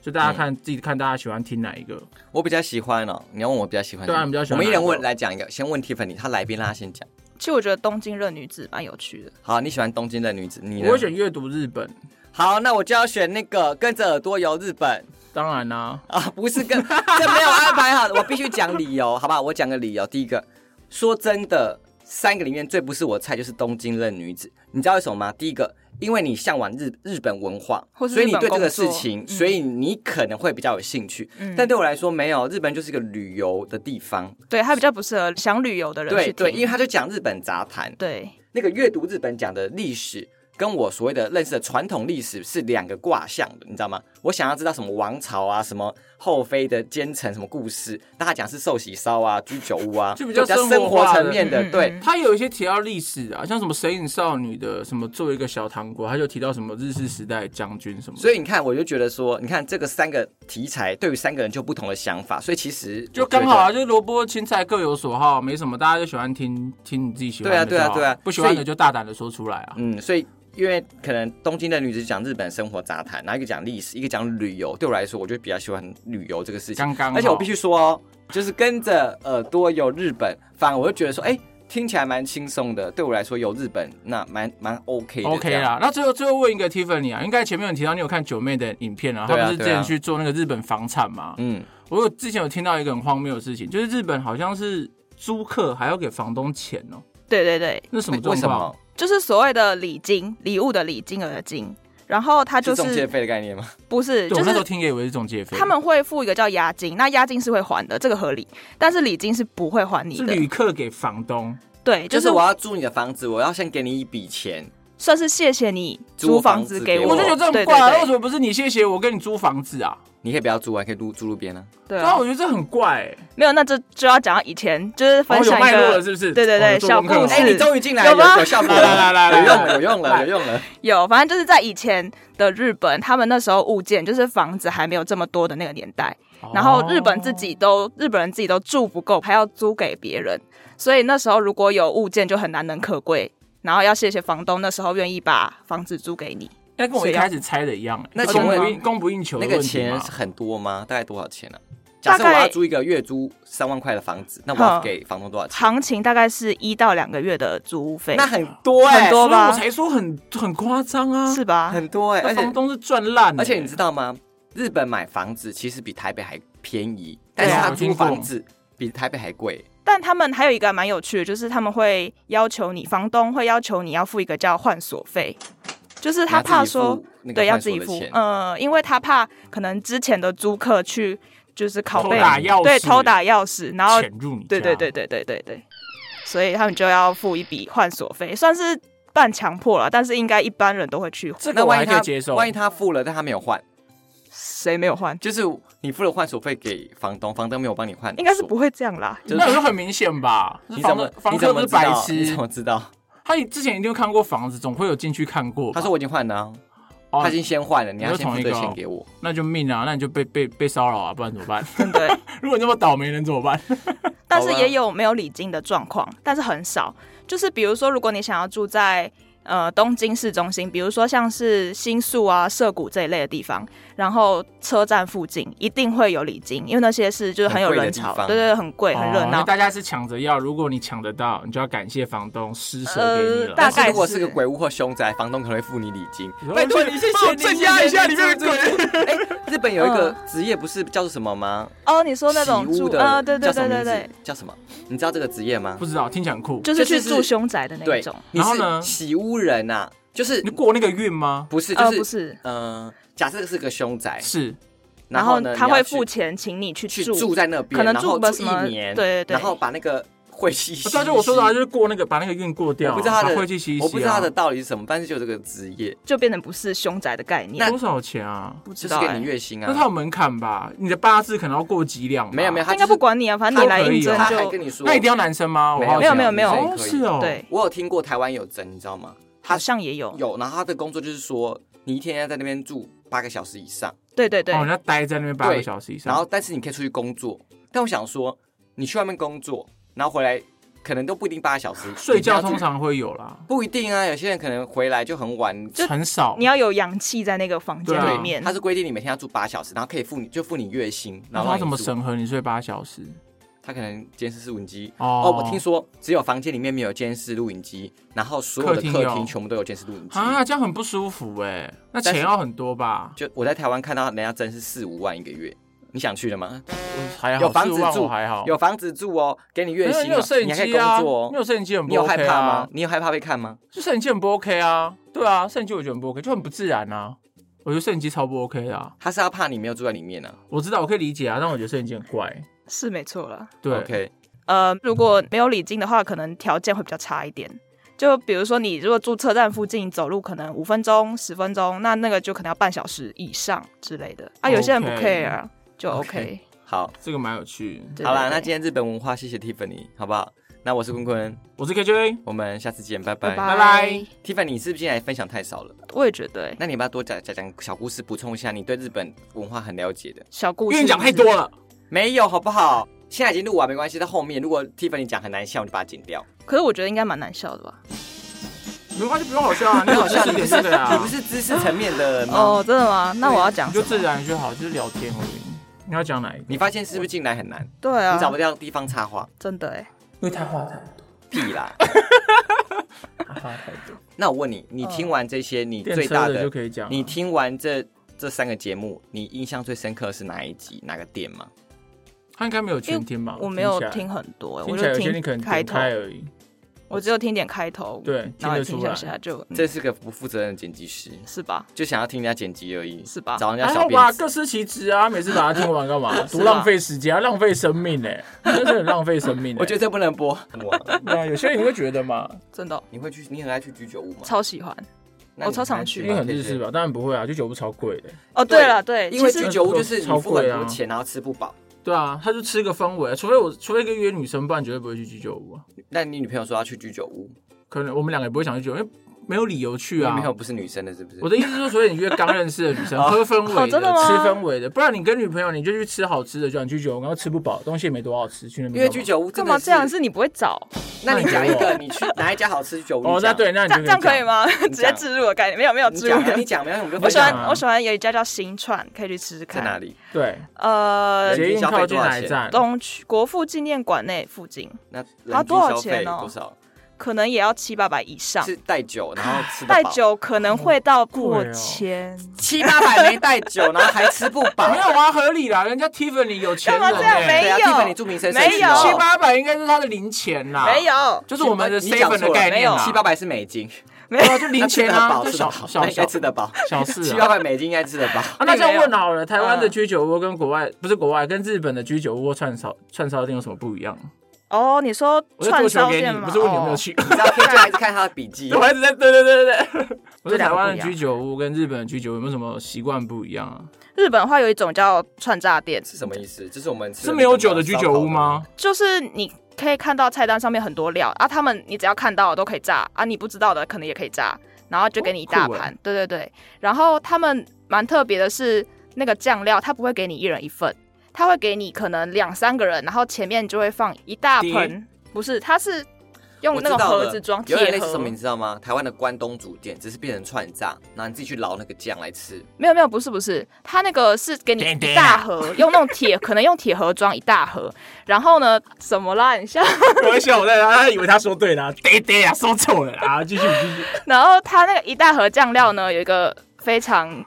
[SPEAKER 2] 就
[SPEAKER 3] 嗯
[SPEAKER 2] 大家看、自己看，大家喜欢听哪一个？
[SPEAKER 1] 我比较喜欢哦。你要问我比较喜欢什么，
[SPEAKER 2] 对啊你比较喜欢
[SPEAKER 1] 我们一人
[SPEAKER 2] 哪一
[SPEAKER 1] 问
[SPEAKER 2] 个
[SPEAKER 1] 来讲一个，先问 Tiffany，他来宾让他先讲。
[SPEAKER 3] 其实我觉得东京热女子蛮有趣的。
[SPEAKER 1] 好，你喜欢东京的女子，你呢
[SPEAKER 2] 我会选阅读日本，
[SPEAKER 1] 好，那我就要选那个跟着耳朵游日本
[SPEAKER 2] 当然啦、
[SPEAKER 1] 啊，不是 跟这没有安排好的，我必须讲理由，好不好？我讲个理由，第一个，说真的，三个里面最不是我菜就是东京任女子，你知道为什么吗？第一个。因为你向往日日本文化，
[SPEAKER 3] 或是
[SPEAKER 1] 所以你
[SPEAKER 3] 日本
[SPEAKER 1] 对这个
[SPEAKER 3] 工作
[SPEAKER 1] 事情，
[SPEAKER 3] 嗯
[SPEAKER 1] 所以你可能会比较有兴趣。但对我来说，没有日本就是一个旅游的地方，
[SPEAKER 3] 对，它比较不适合想旅游的人
[SPEAKER 1] 对
[SPEAKER 3] 去
[SPEAKER 1] 对，
[SPEAKER 3] 听。
[SPEAKER 1] 因为他就讲日本杂谈，
[SPEAKER 3] 对
[SPEAKER 1] 那个阅读日本讲的历史，跟我所谓的认识的传统历史是两个卦象的，你知道吗？我想要知道什么王朝啊，什么后妃的奸臣什么故事，那他讲是寿喜烧啊、居酒屋啊，
[SPEAKER 2] 就比较
[SPEAKER 1] 生活层面的
[SPEAKER 3] 生活化的嗯，
[SPEAKER 1] 对
[SPEAKER 3] 嗯。
[SPEAKER 2] 他有一些提到历史啊，像什么《神隐少女》的什么作为一个小糖果，他就提到什么日式时代将军什么的，
[SPEAKER 1] 所以你看，我就觉得说，你看这个三个题材对于三个人就有不同的想法，所以其实
[SPEAKER 2] 就
[SPEAKER 1] 我觉得
[SPEAKER 2] 刚好啊，就是萝卜青菜各有所好，没什么，大家就喜欢听听你自己喜欢的
[SPEAKER 1] 对啊对啊
[SPEAKER 2] 就好
[SPEAKER 1] 对啊
[SPEAKER 2] 不喜欢
[SPEAKER 1] 所
[SPEAKER 2] 的
[SPEAKER 1] 以
[SPEAKER 2] 就大胆的说出来啊。
[SPEAKER 1] 嗯，所以因为可能东京的女子讲日本生活杂谈，然后一个讲历史，一个讲旅游，对我来说，我就比较喜欢旅游这个事情。
[SPEAKER 2] 刚刚好
[SPEAKER 1] 而且我必须说哦，就是跟着耳朵有日本，反而我就觉得说，哎、听起来蛮轻松的。对我来说，有日本那蛮蛮 OK 的。
[SPEAKER 2] OK
[SPEAKER 1] 这样，
[SPEAKER 2] 啦，那最后最后问一个 Tiffany 啊，应该前面有提到你有看九妹的影片啊，她
[SPEAKER 1] 对啊
[SPEAKER 2] 不是之
[SPEAKER 1] 对啊
[SPEAKER 2] 前去做那个日本房产嘛？
[SPEAKER 1] 嗯，
[SPEAKER 2] 我有之前有听到一个很荒谬的事情，就是日本好像是租客还要给房东钱哦、
[SPEAKER 3] 对对对，
[SPEAKER 2] 那什么
[SPEAKER 1] 为
[SPEAKER 2] 状
[SPEAKER 1] 什
[SPEAKER 2] 况
[SPEAKER 1] 么？？
[SPEAKER 3] 就是所谓的礼金，礼物的礼，金额的金。然后他就是
[SPEAKER 1] 中介
[SPEAKER 3] 是
[SPEAKER 1] 费的概念吗？
[SPEAKER 3] 不是
[SPEAKER 2] 对我
[SPEAKER 3] 就
[SPEAKER 2] 那时候
[SPEAKER 3] 是
[SPEAKER 2] 听也以为是中介费，
[SPEAKER 3] 他们会付一个叫押金，那押金是会还的，这个合理。但是礼金是不会还你
[SPEAKER 2] 是
[SPEAKER 3] 的，
[SPEAKER 2] 旅客给房东，
[SPEAKER 3] 对，
[SPEAKER 1] 就
[SPEAKER 3] 就是是
[SPEAKER 1] 我
[SPEAKER 3] 我
[SPEAKER 1] 要租你的房子，我要先给你一笔钱。
[SPEAKER 3] 算是谢谢你
[SPEAKER 1] 租
[SPEAKER 3] 租
[SPEAKER 1] 房
[SPEAKER 3] 房
[SPEAKER 1] 子
[SPEAKER 3] 子
[SPEAKER 1] 给
[SPEAKER 3] 给
[SPEAKER 1] 我
[SPEAKER 2] 我就觉得这
[SPEAKER 3] 对
[SPEAKER 2] 很
[SPEAKER 3] 对
[SPEAKER 2] 怪啊，那为
[SPEAKER 3] 对
[SPEAKER 2] 什么不是你谢谢我跟你租房子啊？
[SPEAKER 1] 你可以不要租啊，可以租租路边啊。
[SPEAKER 3] 对
[SPEAKER 2] 对
[SPEAKER 3] 啊
[SPEAKER 2] 啊，我觉得这很怪欸，
[SPEAKER 3] 没有，那这就要讲到以前，就是
[SPEAKER 2] 哦
[SPEAKER 3] 分
[SPEAKER 2] 有
[SPEAKER 3] 享
[SPEAKER 2] 脉
[SPEAKER 3] 一
[SPEAKER 2] 络
[SPEAKER 3] 个
[SPEAKER 2] 了是不是？
[SPEAKER 3] 对对对
[SPEAKER 2] 哦有做功课
[SPEAKER 3] 小
[SPEAKER 2] 了
[SPEAKER 3] 故
[SPEAKER 1] 哎、
[SPEAKER 3] 事
[SPEAKER 1] 你终于进来了，
[SPEAKER 3] 有吗
[SPEAKER 1] 有有效果了，
[SPEAKER 2] 来来来来
[SPEAKER 1] 有用了，
[SPEAKER 2] 来
[SPEAKER 1] 有用了，有用了。
[SPEAKER 3] 有，反正就是在以前的日本，他们那时候物件就是房子还没有这么多的那个年代，
[SPEAKER 2] 啊哦
[SPEAKER 3] 然后日本自己都日本人自己都住不够，还要租给别人，所以那时候如果有物件就很难能可贵，然后要谢谢房东那时候愿意把房子租给你。
[SPEAKER 2] 那跟我一开始猜的一样欸。
[SPEAKER 1] 那
[SPEAKER 2] 供
[SPEAKER 1] 请问
[SPEAKER 2] 不应供不应求的
[SPEAKER 1] 那个
[SPEAKER 2] 问题
[SPEAKER 1] 钱
[SPEAKER 2] 嘛
[SPEAKER 1] 是很多吗？大概多少钱呢、啊？假
[SPEAKER 3] 大
[SPEAKER 1] 设
[SPEAKER 3] 概
[SPEAKER 1] 我要租一个月租三万块的房子，那我要
[SPEAKER 3] 哼
[SPEAKER 1] 给房东多少钱？
[SPEAKER 3] 行情大概是一到两个月的租屋费，
[SPEAKER 1] 那很多哎、
[SPEAKER 3] 很多
[SPEAKER 2] 所以我
[SPEAKER 3] 吧
[SPEAKER 2] 才说很很夸张啊，
[SPEAKER 3] 是吧？
[SPEAKER 1] 很多哎、
[SPEAKER 2] 那
[SPEAKER 1] 而且
[SPEAKER 2] 房东是赚烂欸，
[SPEAKER 1] 而且你知道吗？日本买房子其实比台北还便宜，
[SPEAKER 3] 对
[SPEAKER 1] 但是
[SPEAKER 3] 啊
[SPEAKER 1] 他
[SPEAKER 2] 我
[SPEAKER 1] 租
[SPEAKER 2] 听过
[SPEAKER 1] 房子比台北还贵。
[SPEAKER 3] 但他们还有一个蛮有趣的，就是他们会要求你，房东会要求你要付一个叫换锁费，就是他怕说，
[SPEAKER 1] 你
[SPEAKER 3] 对，要
[SPEAKER 1] 要
[SPEAKER 3] 自
[SPEAKER 1] 自己
[SPEAKER 3] 己
[SPEAKER 1] 付那个换
[SPEAKER 3] 付
[SPEAKER 1] 锁的，钱。
[SPEAKER 3] 呃，因为他怕可能之前的租客去就是拷贝
[SPEAKER 2] 偷打钥匙
[SPEAKER 3] 对，偷打钥匙，然后
[SPEAKER 2] 潜入你家，
[SPEAKER 3] 对对对对对对对，所以他们就要付一笔换锁费，算是半强迫了，但是应该一般人都会去。
[SPEAKER 2] 这个
[SPEAKER 1] 那
[SPEAKER 2] 我
[SPEAKER 1] 万
[SPEAKER 2] 还
[SPEAKER 1] 一
[SPEAKER 2] 可以
[SPEAKER 1] 他
[SPEAKER 2] 接受。
[SPEAKER 1] 万一他付了，但他没有换，
[SPEAKER 3] 谁没有换？
[SPEAKER 1] 就是你付了换所费给房东，房东没有帮你换锁，
[SPEAKER 3] 应该是不会这样 啦。
[SPEAKER 1] 就是
[SPEAKER 2] 那就很明显吧？
[SPEAKER 1] 你
[SPEAKER 2] 房
[SPEAKER 1] 怎
[SPEAKER 2] 客
[SPEAKER 1] 么
[SPEAKER 2] 房
[SPEAKER 1] 你怎
[SPEAKER 2] 客不
[SPEAKER 1] 么
[SPEAKER 2] 是
[SPEAKER 1] 知
[SPEAKER 2] 白
[SPEAKER 1] 道？你
[SPEAKER 2] 痴
[SPEAKER 1] 怎，么知道？
[SPEAKER 2] 他之前一定看过房子，总会有进去看过吧。
[SPEAKER 1] 他说我已经换了啊、
[SPEAKER 2] 哦
[SPEAKER 1] 他已经先换了，你要
[SPEAKER 2] 你说
[SPEAKER 1] 先付
[SPEAKER 2] 同一
[SPEAKER 1] 这
[SPEAKER 2] 个哦
[SPEAKER 1] 钱给我。
[SPEAKER 2] 那就命啊，那你就被被被骚扰啊，不然怎么办？
[SPEAKER 3] 对，
[SPEAKER 2] 如果你这么倒霉，能怎么办？
[SPEAKER 3] 但是也有没有礼金的状况，但是很少。就是比如说，如果你想要住在呃东京市中心，比如说像是新宿啊、涩谷这一类的地方，然后车站附近一定会有礼金，因为那些是就是很有人
[SPEAKER 1] 很
[SPEAKER 3] 潮
[SPEAKER 1] 贵的地，方
[SPEAKER 3] 对对对，很贵很热
[SPEAKER 2] 哦
[SPEAKER 3] 闹
[SPEAKER 2] 那。大家是抢着要，如果你抢得到，你就要感谢房东施舍
[SPEAKER 3] 呃
[SPEAKER 2] 给你了。
[SPEAKER 3] 大概
[SPEAKER 1] 但是如果
[SPEAKER 3] 是
[SPEAKER 1] 是个鬼屋或凶宅，房东可能会付你礼金。
[SPEAKER 2] 你说
[SPEAKER 1] 拜托你
[SPEAKER 2] 我
[SPEAKER 1] 先
[SPEAKER 2] 帮我
[SPEAKER 1] 先
[SPEAKER 2] 镇压一下里面的鬼。
[SPEAKER 1] 鬼。哎，日本有一个职业不是叫做什么吗？
[SPEAKER 3] 哦，你说那种
[SPEAKER 1] 洗
[SPEAKER 3] 住
[SPEAKER 1] 屋的，
[SPEAKER 3] 呃，对对
[SPEAKER 1] 叫什么
[SPEAKER 3] 对对
[SPEAKER 1] 名字
[SPEAKER 3] 对，，
[SPEAKER 1] 叫什么？你知道这个职业吗
[SPEAKER 2] 不？知道，听起来很酷。
[SPEAKER 3] 就是去
[SPEAKER 1] 就是
[SPEAKER 3] 住凶宅的那一
[SPEAKER 1] 对
[SPEAKER 3] 种。，
[SPEAKER 1] 你
[SPEAKER 2] 然后呢
[SPEAKER 1] 是洗屋人呐，就是
[SPEAKER 2] 你过那个 运吗？
[SPEAKER 1] 不是
[SPEAKER 3] 呃，
[SPEAKER 1] 就是
[SPEAKER 3] 不是，
[SPEAKER 1] 嗯，假设是个凶宅，
[SPEAKER 2] 是，
[SPEAKER 3] 然
[SPEAKER 1] 后
[SPEAKER 3] 后
[SPEAKER 1] 呢，
[SPEAKER 3] 他
[SPEAKER 1] 你要
[SPEAKER 3] 会
[SPEAKER 1] 去
[SPEAKER 3] 付钱请你去
[SPEAKER 1] 去
[SPEAKER 3] 住，
[SPEAKER 1] 住在那边，
[SPEAKER 3] 可能
[SPEAKER 1] 然
[SPEAKER 3] 住
[SPEAKER 1] 后
[SPEAKER 3] 个
[SPEAKER 1] 住
[SPEAKER 3] 什
[SPEAKER 1] 一
[SPEAKER 3] 么
[SPEAKER 1] 年，
[SPEAKER 3] 对对对
[SPEAKER 1] 然后把那个晦气吸一吸。
[SPEAKER 2] 这就我说的啊，就是过那个把那个运过掉，
[SPEAKER 1] 我不知道他
[SPEAKER 2] 把
[SPEAKER 1] 的
[SPEAKER 2] 晦气吸一吸啊
[SPEAKER 1] 我不知道他的道理是什么，但是就有这个职业，
[SPEAKER 3] 就变成不是凶宅的概念。
[SPEAKER 2] 多少钱啊？
[SPEAKER 3] 不知
[SPEAKER 1] 就
[SPEAKER 3] 道、
[SPEAKER 1] 是给你
[SPEAKER 3] 欸，
[SPEAKER 1] 月薪
[SPEAKER 2] 那它有
[SPEAKER 1] 啊。
[SPEAKER 2] 门槛吧？你的八字可能要过几两吧？
[SPEAKER 1] 没有没有，
[SPEAKER 3] 他
[SPEAKER 1] 他
[SPEAKER 3] 应该
[SPEAKER 1] 就是
[SPEAKER 3] 不管你啊，反正你
[SPEAKER 2] 他
[SPEAKER 3] 来
[SPEAKER 2] 可以
[SPEAKER 3] 应征
[SPEAKER 2] 啊
[SPEAKER 1] 他还
[SPEAKER 3] 就
[SPEAKER 1] 跟你说，
[SPEAKER 2] 那一定要男生吗？我好奇
[SPEAKER 3] 没有没有没有
[SPEAKER 2] 哦，是哦，
[SPEAKER 3] 对，
[SPEAKER 1] 我有听过台湾有真，你知道吗？他
[SPEAKER 3] 好像也有，
[SPEAKER 1] 有，然后他的工作就是说，你一天要在那边住八个小时以上，
[SPEAKER 3] 对对对，
[SPEAKER 2] 哦，人家待在那边八个小时以上，
[SPEAKER 1] 然后但是你可以出去工作。但我想说，你去外面工作，然后回来可能都不一定八个小时，
[SPEAKER 2] 睡觉
[SPEAKER 1] 你要
[SPEAKER 2] 通
[SPEAKER 1] 去
[SPEAKER 2] 常会有啦，
[SPEAKER 1] 不一定啊，有些人可能回来就很晚。
[SPEAKER 3] 就
[SPEAKER 2] 很少
[SPEAKER 3] 你。要有氧气在那个房间
[SPEAKER 2] 对
[SPEAKER 3] 里面。
[SPEAKER 1] 他是规定你每天要住八小时，然后可以付你就付你月薪，然
[SPEAKER 2] 然
[SPEAKER 1] 后
[SPEAKER 2] 后
[SPEAKER 1] 让
[SPEAKER 2] 他
[SPEAKER 1] 你
[SPEAKER 2] 怎么
[SPEAKER 1] 住
[SPEAKER 2] 审核你睡八小时？
[SPEAKER 1] 他可能监视录影机。
[SPEAKER 2] 哦
[SPEAKER 1] 哦，我听说只有房间里面没有监视录影机，然后所有
[SPEAKER 2] 客
[SPEAKER 1] 的
[SPEAKER 2] 厅
[SPEAKER 1] 客
[SPEAKER 2] 有
[SPEAKER 1] 厅全部都有监视录影机。
[SPEAKER 2] 啊，这样很不舒服哎。那
[SPEAKER 1] 但
[SPEAKER 2] 钱
[SPEAKER 1] 是
[SPEAKER 2] 要很多吧？
[SPEAKER 1] 就我在台湾看到人家真是四五万一个月，你想去的吗？
[SPEAKER 2] 嗯还好，
[SPEAKER 1] 有房子
[SPEAKER 2] 4万
[SPEAKER 1] 住
[SPEAKER 2] 我还好。
[SPEAKER 1] 有房子住哦，给你月
[SPEAKER 2] 没有
[SPEAKER 1] 薪哦、
[SPEAKER 2] 你有摄影
[SPEAKER 1] 你还可以
[SPEAKER 2] 机啊，
[SPEAKER 1] 工作哦
[SPEAKER 2] 你、有摄影机很不
[SPEAKER 1] 你有害
[SPEAKER 2] OK
[SPEAKER 1] 怕吗
[SPEAKER 2] 啊？？
[SPEAKER 1] 你有害怕被看吗？
[SPEAKER 2] 就摄影机很不 OK 啊，对啊，摄影机我觉得很不 OK，就很不自然啊。我觉得摄影机超不 OK 的啊，
[SPEAKER 1] 他是要怕你没有住在里面啊。
[SPEAKER 2] 我知道我可以理解啊，但我觉得摄影机很怪。
[SPEAKER 3] 是没错了。
[SPEAKER 2] 对
[SPEAKER 1] OK，
[SPEAKER 3] 呃，如果没有礼金的话，可能条件会比较差一点。就比如说，你如果住车站附近，走路可能五分钟、十分钟，那那个就可能要半小时以上之类的。啊，有些人不
[SPEAKER 2] OK
[SPEAKER 3] care 啊就
[SPEAKER 1] OK
[SPEAKER 3] OK。
[SPEAKER 1] 好，
[SPEAKER 2] 这个蛮有趣。
[SPEAKER 3] 对
[SPEAKER 1] 好啦，
[SPEAKER 3] 对
[SPEAKER 1] 那
[SPEAKER 3] 对
[SPEAKER 1] 今天日本文化，谢谢 Tiffany，好不好？那我是坤坤，
[SPEAKER 2] 我是 KJ，
[SPEAKER 1] 我们下次见，拜
[SPEAKER 3] 拜
[SPEAKER 1] 拜。
[SPEAKER 2] 拜拜
[SPEAKER 1] Tiffany，你是不是进来分享太少了？
[SPEAKER 3] 我也觉得欸
[SPEAKER 1] 那你要不要多讲讲讲小故事，补充一下你对日本文化很了解的？
[SPEAKER 3] 小故
[SPEAKER 2] 因
[SPEAKER 3] 事
[SPEAKER 2] 为你讲太多了。
[SPEAKER 1] 没有，好不好？现在已经录完没关系，到后面如果 Tiffany 讲很难笑，我就把它剪掉。
[SPEAKER 3] 可是我觉得应该蛮难笑的吧？
[SPEAKER 2] 没关系，不用好笑啊，你好笑
[SPEAKER 1] 你
[SPEAKER 2] 点
[SPEAKER 1] 不
[SPEAKER 2] 是
[SPEAKER 1] 是
[SPEAKER 2] 的啊，
[SPEAKER 1] 你不是知识层面 的人吗？
[SPEAKER 3] 哦，真的吗？那我要讲
[SPEAKER 2] 你
[SPEAKER 3] 什
[SPEAKER 2] 就
[SPEAKER 3] 么
[SPEAKER 2] 自然就好，就是聊天而已。你要讲哪一个？
[SPEAKER 1] 你发现是不是进来很难？
[SPEAKER 3] 对啊
[SPEAKER 1] 你，找不到地方插话，
[SPEAKER 3] 真的哎，
[SPEAKER 2] 因为他话太多，
[SPEAKER 1] 屁 啦！
[SPEAKER 2] 他话太多。
[SPEAKER 1] 那我问你，你听完这些，你
[SPEAKER 2] 电
[SPEAKER 1] 最
[SPEAKER 2] 车
[SPEAKER 1] 大
[SPEAKER 2] 的就
[SPEAKER 1] 的，
[SPEAKER 2] 可以讲啊。
[SPEAKER 1] 你听完这这三个节目，你印象最深刻是哪一集、哪个点吗？
[SPEAKER 2] 他应该没有全听吧？
[SPEAKER 3] 我没有
[SPEAKER 2] 起来，
[SPEAKER 3] 哦听很多欸，我
[SPEAKER 2] 听起来
[SPEAKER 3] 就
[SPEAKER 2] 有些你可能
[SPEAKER 3] 听开
[SPEAKER 2] 点
[SPEAKER 3] 头，
[SPEAKER 2] 开而已。
[SPEAKER 3] 我只有听点开头，
[SPEAKER 2] 对
[SPEAKER 3] 然后也
[SPEAKER 2] 听
[SPEAKER 3] 听
[SPEAKER 2] 得出来
[SPEAKER 3] 一下就，嗯
[SPEAKER 1] 这是个不负责任的剪辑师，
[SPEAKER 3] 是吧？
[SPEAKER 1] 就想要听人家剪辑而已，
[SPEAKER 3] 是吧
[SPEAKER 1] 找人家
[SPEAKER 2] 还
[SPEAKER 1] 小
[SPEAKER 2] 好吧，
[SPEAKER 1] 辫子。
[SPEAKER 2] 各司其职啊！每次把它听完 干嘛？多
[SPEAKER 3] 吧
[SPEAKER 2] 浪费时间啊，浪费生命呢、真的是很浪费生命、欸。
[SPEAKER 1] 我觉得这不能播。
[SPEAKER 2] 得，对啊，有些人会觉得 嘛，
[SPEAKER 3] 真的哦
[SPEAKER 1] 你会去？你很爱去居酒屋吗？
[SPEAKER 3] 超喜欢
[SPEAKER 1] 那你
[SPEAKER 3] 我超常
[SPEAKER 1] 还
[SPEAKER 3] 去
[SPEAKER 2] 因
[SPEAKER 1] 吗
[SPEAKER 2] 为很日式？吧，当然不会啊，就酒屋超贵的、
[SPEAKER 3] 哦。
[SPEAKER 1] 对
[SPEAKER 3] 对了，对，
[SPEAKER 1] 因为
[SPEAKER 3] 其实
[SPEAKER 1] 居酒屋就是
[SPEAKER 2] 超
[SPEAKER 1] 你付
[SPEAKER 2] 贵
[SPEAKER 1] 很
[SPEAKER 2] 啊
[SPEAKER 1] 多钱，然后吃不饱。
[SPEAKER 2] 对啊，他就吃个氛围，除非我，除非一个约女生，不然绝对不会去居酒屋啊。
[SPEAKER 1] 那你女朋友说要去居酒屋，
[SPEAKER 2] 可能我们两个也不会想去酒，因为没有理由去
[SPEAKER 1] 你
[SPEAKER 2] 啊
[SPEAKER 1] 女朋。友不是女生的，是不是？
[SPEAKER 2] 我的意思是说，所以你约刚认识的女 生，喝氛围
[SPEAKER 3] 哦真的吗
[SPEAKER 2] 吃氛围的，不然你跟女朋友你就去吃好吃的，就想去酒屋，然后吃不饱，东西也没多好吃，去那
[SPEAKER 1] 因
[SPEAKER 2] 边
[SPEAKER 1] 为
[SPEAKER 2] 干嘛
[SPEAKER 1] 居酒屋
[SPEAKER 3] 干
[SPEAKER 1] 真
[SPEAKER 3] 嘛
[SPEAKER 1] 的
[SPEAKER 3] 这样？是你不会找，
[SPEAKER 1] 那你讲一个，你去哪一家好吃居酒屋？
[SPEAKER 2] 哦，
[SPEAKER 1] 你
[SPEAKER 2] 那
[SPEAKER 1] 讲啊
[SPEAKER 2] 对，那你
[SPEAKER 3] 这
[SPEAKER 2] 就
[SPEAKER 3] 样这样可以吗？ 直
[SPEAKER 1] 你
[SPEAKER 3] 接
[SPEAKER 1] 讲
[SPEAKER 3] 植入的概念，没有没有
[SPEAKER 1] 你
[SPEAKER 3] 植入
[SPEAKER 1] 讲啊，
[SPEAKER 3] 的
[SPEAKER 1] 你。讲，没有我们就
[SPEAKER 3] 我
[SPEAKER 1] 分
[SPEAKER 3] 喜
[SPEAKER 1] 享
[SPEAKER 2] 你
[SPEAKER 1] 啊。
[SPEAKER 2] 讲
[SPEAKER 3] 欢
[SPEAKER 2] 啊
[SPEAKER 3] 我喜欢有一家叫新串，可以去吃吃
[SPEAKER 1] 在
[SPEAKER 3] 看。
[SPEAKER 1] 哪？里？
[SPEAKER 2] 对。
[SPEAKER 3] 呃，
[SPEAKER 2] 捷运靠近哪
[SPEAKER 1] 人均消费
[SPEAKER 2] 一
[SPEAKER 1] 多
[SPEAKER 2] 站
[SPEAKER 1] 少？
[SPEAKER 3] 东区国父纪念馆内附近，
[SPEAKER 1] 那
[SPEAKER 3] 啊
[SPEAKER 1] 人均
[SPEAKER 3] 多少
[SPEAKER 1] 消费
[SPEAKER 3] 钱哦
[SPEAKER 1] 多少？
[SPEAKER 3] 可能也要七八百以上。
[SPEAKER 1] 是带酒，然后吃得
[SPEAKER 3] 带
[SPEAKER 1] 饱，
[SPEAKER 3] 酒可能会到破
[SPEAKER 2] 贵哦
[SPEAKER 3] 千，
[SPEAKER 1] 七八百没带酒，然后还吃不饱
[SPEAKER 2] 没。有啊，合理啦，人家 Tiffany 有钱人、欸
[SPEAKER 3] 干嘛这样没
[SPEAKER 1] 对啊
[SPEAKER 3] 有
[SPEAKER 1] ，Tiffany 住民生社
[SPEAKER 3] 没
[SPEAKER 1] 区
[SPEAKER 3] 有
[SPEAKER 1] 哦
[SPEAKER 2] 七八百应该是他的零钱啦，
[SPEAKER 3] 没，有，
[SPEAKER 2] 就是我们的
[SPEAKER 1] 你讲错
[SPEAKER 2] seven 的
[SPEAKER 1] 了
[SPEAKER 2] 概念啦，
[SPEAKER 1] 七八百是美金，
[SPEAKER 3] 没
[SPEAKER 2] 对
[SPEAKER 3] 有
[SPEAKER 2] 啊，就零钱
[SPEAKER 1] 那
[SPEAKER 2] 啊，就
[SPEAKER 1] 吃得
[SPEAKER 2] 小
[SPEAKER 1] 饱，吃得饱
[SPEAKER 2] 小
[SPEAKER 1] 那应该
[SPEAKER 2] 小
[SPEAKER 1] 吃得饱。
[SPEAKER 2] 小事
[SPEAKER 1] 七八。
[SPEAKER 2] 啊
[SPEAKER 1] 百美金应该吃得 饱。
[SPEAKER 2] 啊那这样问好了，台湾的居酒屋跟国外不是国外，跟日本的居酒屋或串烧串烧店有什么不一样？
[SPEAKER 3] 哦，你说
[SPEAKER 2] 我就
[SPEAKER 3] 串
[SPEAKER 2] 做球
[SPEAKER 3] 烧
[SPEAKER 2] 给
[SPEAKER 3] 店
[SPEAKER 2] 你，
[SPEAKER 3] 吗？
[SPEAKER 2] 不是问你有没有
[SPEAKER 3] 哦
[SPEAKER 2] 去。
[SPEAKER 1] 你知道 K J 还是看他的笔记
[SPEAKER 2] 我，还一直在 对对对对对。我说
[SPEAKER 3] 这两
[SPEAKER 2] 台
[SPEAKER 3] 个不一样
[SPEAKER 2] 湾的居酒屋跟日本的居酒屋有没有什么习惯不一样啊？
[SPEAKER 3] 日本的话有一种叫串炸店，
[SPEAKER 1] 是什么意思？就是我们吃的
[SPEAKER 2] 是没有
[SPEAKER 1] 那个
[SPEAKER 2] 酒的居酒屋吗？？
[SPEAKER 3] 就是你可以看到菜单上面很多料啊，他们你只要看到的都可以炸啊，你不知道的可能也可以炸，然后就给你一大
[SPEAKER 2] 哦酷
[SPEAKER 3] 盘。
[SPEAKER 2] 欸
[SPEAKER 3] 对对对，然后他们蛮特别的是，那个酱料他不会给你一人一份，他会给你可能两三个人，然后前面就会放一大
[SPEAKER 2] 碟
[SPEAKER 3] 盆，不是，他是
[SPEAKER 1] 我
[SPEAKER 3] 用
[SPEAKER 1] 知
[SPEAKER 3] 那个
[SPEAKER 1] 道了
[SPEAKER 3] 盒子装
[SPEAKER 1] 有点
[SPEAKER 3] 铁
[SPEAKER 1] 类似什么，
[SPEAKER 3] 盒
[SPEAKER 1] 你。知道吗？台湾的关东煮店只是变成串炸，然后你自己去捞那个酱来吃。
[SPEAKER 3] 没有没有，不是不是，他那个是给你
[SPEAKER 2] 点点
[SPEAKER 3] 一
[SPEAKER 2] 啊
[SPEAKER 3] 大盒，用那种铁，可能用铁盒装一大盒。然后呢，怎么啦？你笑
[SPEAKER 2] 我在笑我在，他以为他说对 了，对对啊，说错了啊，继续继续。
[SPEAKER 3] 然后它那个一大盒酱料呢，有一个非常